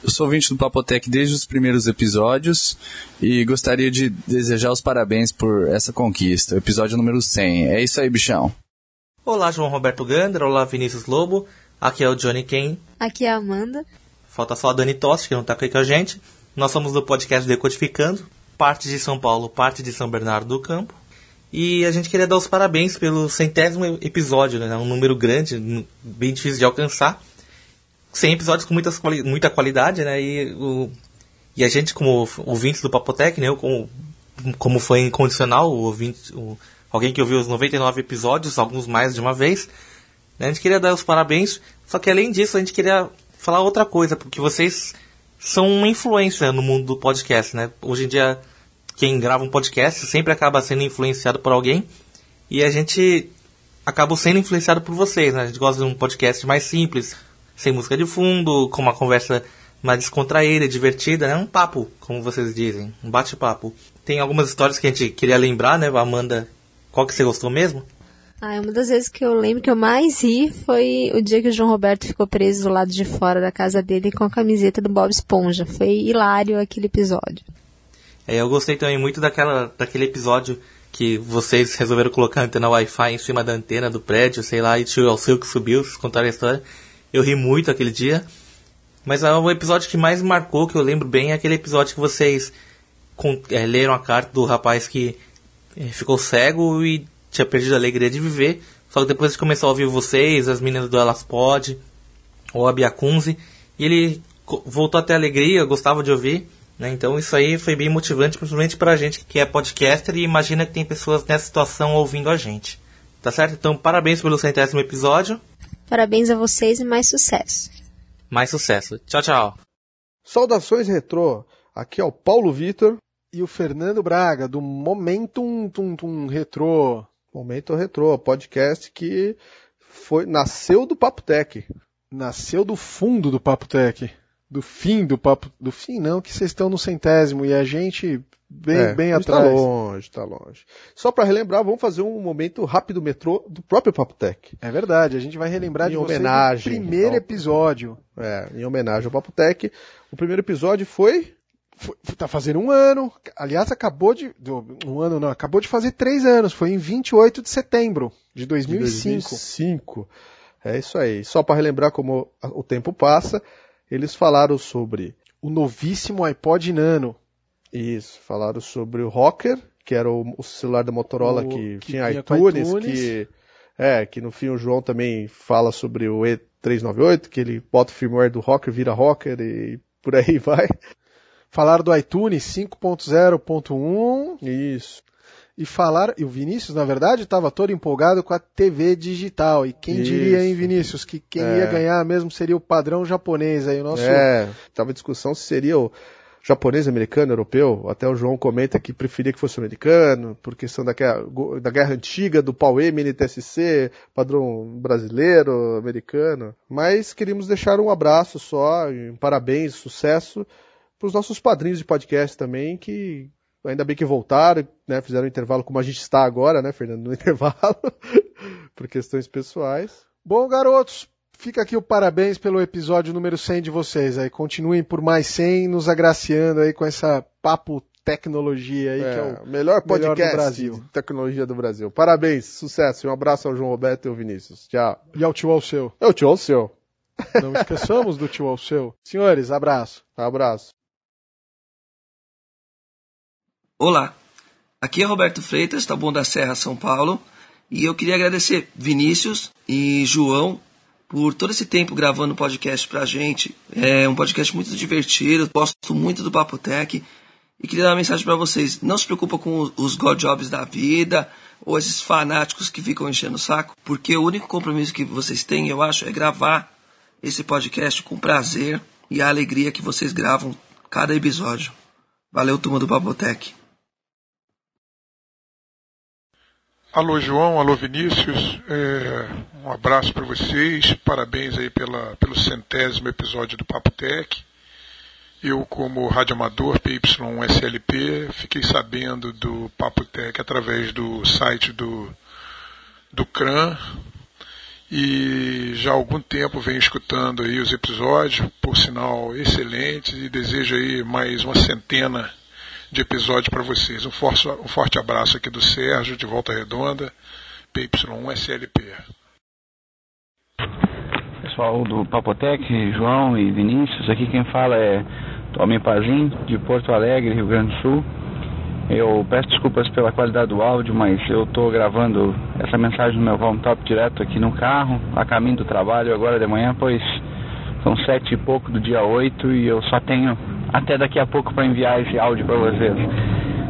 Eu sou ouvinte do Papotec desde os primeiros episódios e gostaria de desejar os parabéns por essa conquista, episódio número 100. É isso aí, bichão.
Olá, João Roberto Gander. Olá, Vinícius Lobo. Aqui é o Johnny Ken.
Aqui é a Amanda.
Falta só a Dani Tosti, que não está aqui com a gente. Nós somos do podcast Decodificando, parte de São Paulo, parte de São Bernardo do Campo. E a gente queria dar os parabéns pelo centésimo episódio, né? Um número grande, n- bem difícil de alcançar. 100 episódios com muitas quali- muita qualidade, né? E, o, e a gente, como f- ouvintes do Papotec, né? Eu, como, como foi incondicional, o ouvinte, o- alguém que ouviu os 99 episódios, alguns mais de uma vez, né? a gente queria dar os parabéns. Só que além disso, a gente queria falar outra coisa, porque vocês são uma influência no mundo do podcast, né? Hoje em dia, quem grava um podcast sempre acaba sendo influenciado por alguém e a gente acabou sendo influenciado por vocês, né? A gente gosta de um podcast mais simples, sem música de fundo, com uma conversa mais descontraída, divertida, né? Um papo, como vocês dizem, um bate-papo. Tem algumas histórias que a gente queria lembrar, né, Amanda? Qual que você gostou mesmo?
Ah, uma das vezes que eu lembro que eu mais ri foi o dia que o João Roberto ficou preso do lado de fora da casa dele com a camiseta do Bob Esponja. Foi hilário aquele episódio.
É, eu gostei também muito daquela, daquele episódio que vocês resolveram colocar a antena Wi-Fi em cima da antena do prédio, sei lá, e tio Alceu que subiu, vocês contaram a história. Eu ri muito aquele dia. Mas ah, o episódio que mais marcou, que eu lembro bem, é aquele episódio que vocês con- eh, leram a carta do rapaz que eh, ficou cego e tinha perdido a alegria de viver. Só que depois de começar a ouvir vocês, as meninas do Elas Pod, ou a Biacunze, e ele co- voltou até a alegria, gostava de ouvir. Né? Então isso aí foi bem motivante, principalmente pra gente que é podcaster e imagina que tem pessoas nessa situação ouvindo a gente. Tá certo? Então parabéns pelo centésimo episódio.
Parabéns a vocês e mais sucesso.
Mais sucesso. Tchau, tchau.
Saudações retrô. Aqui é o Paulo Vitor e o Fernando Braga do Momentum Tum Tum Retrô. Momento Retrô, podcast que foi nasceu do Papo Tech. Nasceu do fundo do Papo Tech. Do fim do papo, do fim não, que vocês estão no centésimo e a gente bem
É,
bem
a gente tá
atrás.
longe,
tá longe. Só para relembrar, vamos fazer um momento rápido metrô do próprio Papo Tech. É verdade, a gente vai relembrar
Em
de vocês no
homenagem
primeiro
ao-
episódio.
É, em homenagem ao Papo Tech. O primeiro episódio foi.
Foi- tá fazendo um ano. Aliás, acabou de. do- Um ano não, acabou de fazer três anos. Foi em 28 de setembro de 2005.
2005. É isso aí. Só para relembrar como a- o tempo passa, eles falaram sobre
O novíssimo iPod Nano.
isso, falaram sobre o Rocker, que era o, o celular da Motorola
O-
que,
que
tinha
tinha com
iTunes,
iTunes.
que é, que no fim o João também fala sobre o E398, que ele bota o firmware do Rocker, vira Rocker e por aí vai.
Falaram do iTunes 5.0.1. Isso. um. E falaram. E o Vinícius, na verdade, estava todo empolgado com a TV digital. E quem diria, hein,
Isso.
Vinícius, que quem
É.
ia ganhar mesmo seria o padrão japonês aí, o nosso.
É, tava discussão se seria o japonês, americano, europeu. Até o João comenta que preferia que fosse o americano, por questão da guerra, da guerra antiga, do Pauê, MNTSC, padrão brasileiro, americano. Mas queríamos deixar um abraço só, e um parabéns, sucesso para os nossos padrinhos de podcast também, que ainda bem que voltaram, né, fizeram um intervalo como a gente está agora, né, Fernando, no intervalo, por questões pessoais.
Bom, garotos, fica aqui o parabéns pelo episódio número 100 de vocês aí. Continuem por mais 100, nos agraciando aí com essa papo tecnologia aí, que é o
melhor podcast
do Brasil.
de tecnologia do Brasil. Parabéns, sucesso. e Um abraço ao João Roberto e ao Vinícius. Tchau.
E ao tio ao seu.
É o tio ao seu.
Não esqueçamos do tio ao seu. Senhores, abraço.
Abraço.
Olá, aqui é Roberto Freitas, da Bom da Serra, São Paulo, e eu queria agradecer Vinícius e João por todo esse tempo gravando podcast pra gente. É um podcast muito divertido, gosto muito do Papotec e queria dar uma mensagem pra vocês. Não se preocupa com o- os God Jobs da vida ou esses fanáticos que ficam enchendo o saco, porque o único compromisso que vocês têm, eu acho, é gravar esse podcast com prazer e a alegria que vocês gravam cada episódio. Valeu, turma do Papotec.
Alô João, alô Vinícius, é, um abraço para vocês, parabéns aí pela, pelo centésimo episódio do Papo Tech. Eu, como radioamador PYSLP, fiquei sabendo do Papo Tech através do site do, do CRAN e já há algum tempo venho escutando aí os episódios, por sinal excelentes, e desejo aí mais uma centena de episódio para vocês. Um forte, um forte abraço aqui do Sérgio, de Volta Redonda, PY1SLP.
Pessoal do Papotec, João e Vinícius, aqui quem fala é Tommy Pazin, de Porto Alegre, Rio Grande do Sul. Eu peço desculpas pela qualidade do áudio, mas eu estou gravando essa mensagem no meu laptop direto aqui no carro, a caminho do trabalho agora de manhã, pois são sete e pouco do dia oito e eu só tenho até daqui a pouco para enviar esse áudio para vocês.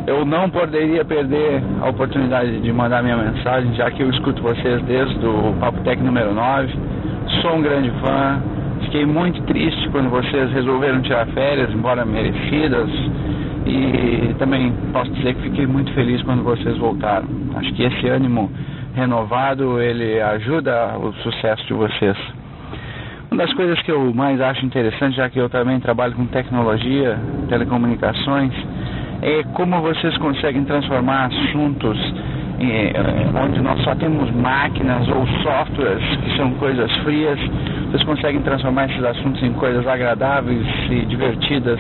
Eu não poderia perder a oportunidade de mandar minha mensagem, já que eu escuto vocês desde o Papo Tech número 9. Sou um grande fã. Fiquei muito triste quando vocês resolveram tirar férias, embora merecidas. E também posso dizer que fiquei muito feliz quando vocês voltaram. Acho que esse ânimo renovado, ele ajuda o sucesso de vocês. Uma das coisas que eu mais acho interessante, já que eu também trabalho com tecnologia, telecomunicações, é como vocês conseguem transformar assuntos eh, onde nós só temos máquinas ou softwares que são coisas frias, vocês conseguem transformar esses assuntos em coisas agradáveis e divertidas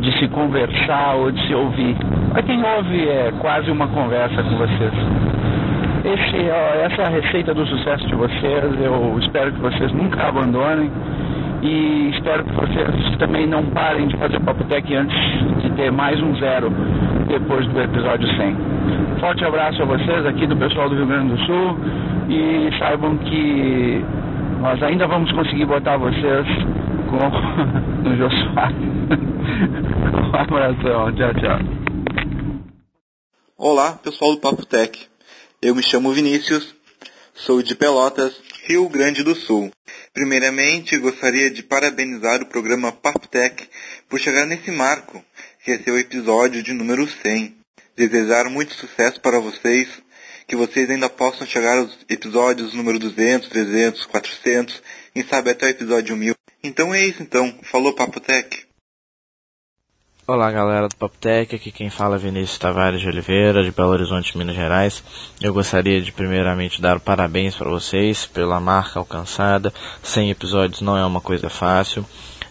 de se conversar ou de se ouvir. Para quem ouve é quase uma conversa com vocês. Esse, ó, essa é a receita do sucesso de vocês. Eu espero que vocês nunca abandonem e espero que vocês também não parem de fazer Papotec antes de ter mais um zero depois do episódio 100. Forte abraço a vocês aqui do pessoal do Rio Grande do Sul e saibam que nós ainda vamos conseguir botar vocês com no Josué. um abração, tchau, tchau.
Olá, pessoal do Papo Tech. Eu me chamo Vinícius, sou de Pelotas, Rio Grande do Sul. Primeiramente, gostaria de parabenizar o programa Papo Tech por chegar nesse marco, que é seu episódio de número 100. Desejar muito sucesso para vocês, que vocês ainda possam chegar aos episódios número 200, 300, 400, quem sabe até o episódio 1000. Então é isso então, falou Papo Tech.
Olá galera do Papotec, aqui quem fala é Vinícius Tavares de Oliveira, de Belo Horizonte, Minas Gerais. Eu gostaria de primeiramente dar parabéns para vocês pela marca alcançada. 100 episódios não é uma coisa fácil.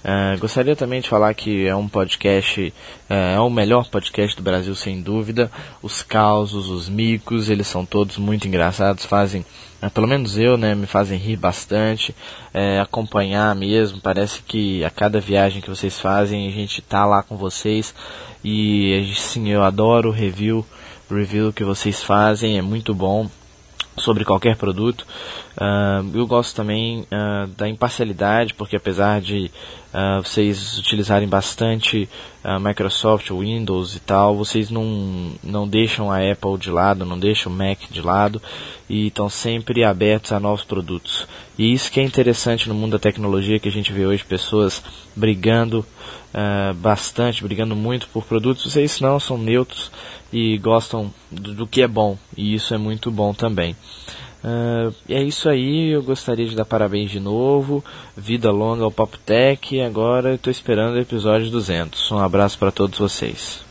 Uh, gostaria também de falar que é um podcast, uh, é o melhor podcast do Brasil, sem dúvida. Os causos, os micos, eles são todos muito engraçados, fazem, uh, pelo menos eu, né, me fazem rir bastante, É, acompanhar mesmo. Parece que a cada viagem que vocês fazem, a gente tá lá com vocês. E sim, eu adoro o review, o review que vocês fazem, é muito bom sobre qualquer produto. Uh, eu gosto também uh, da imparcialidade, porque apesar de uh, vocês utilizarem bastante ah, Microsoft, Windows e tal, vocês não, não deixam a Apple de lado, não deixam o Mac de lado e estão sempre abertos a novos produtos. E isso que é interessante no mundo da tecnologia, que a gente vê hoje pessoas brigando eh, bastante, brigando muito por produtos, vocês não são neutros e gostam do, do, que é bom, e isso é muito bom também. Uh, é isso aí, eu gostaria de dar parabéns de novo. Vida longa ao Papo Tech. E agora estou esperando o episódio 200. Um abraço para todos vocês.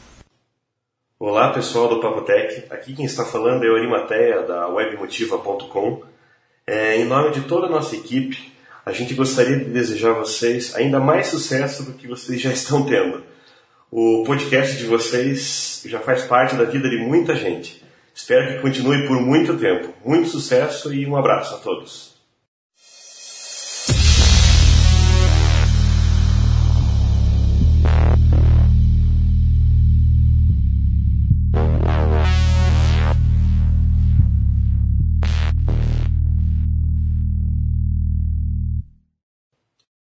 Olá pessoal do Papo Tech. Aqui quem está falando é o Arimateia da webmotiva.com. É, em nome de toda a nossa equipe, a gente gostaria de desejar a vocês ainda mais sucesso do que vocês já estão tendo. O podcast de vocês já faz parte da vida de muita gente. Espero que continue por muito tempo. Muito sucesso e um abraço a todos.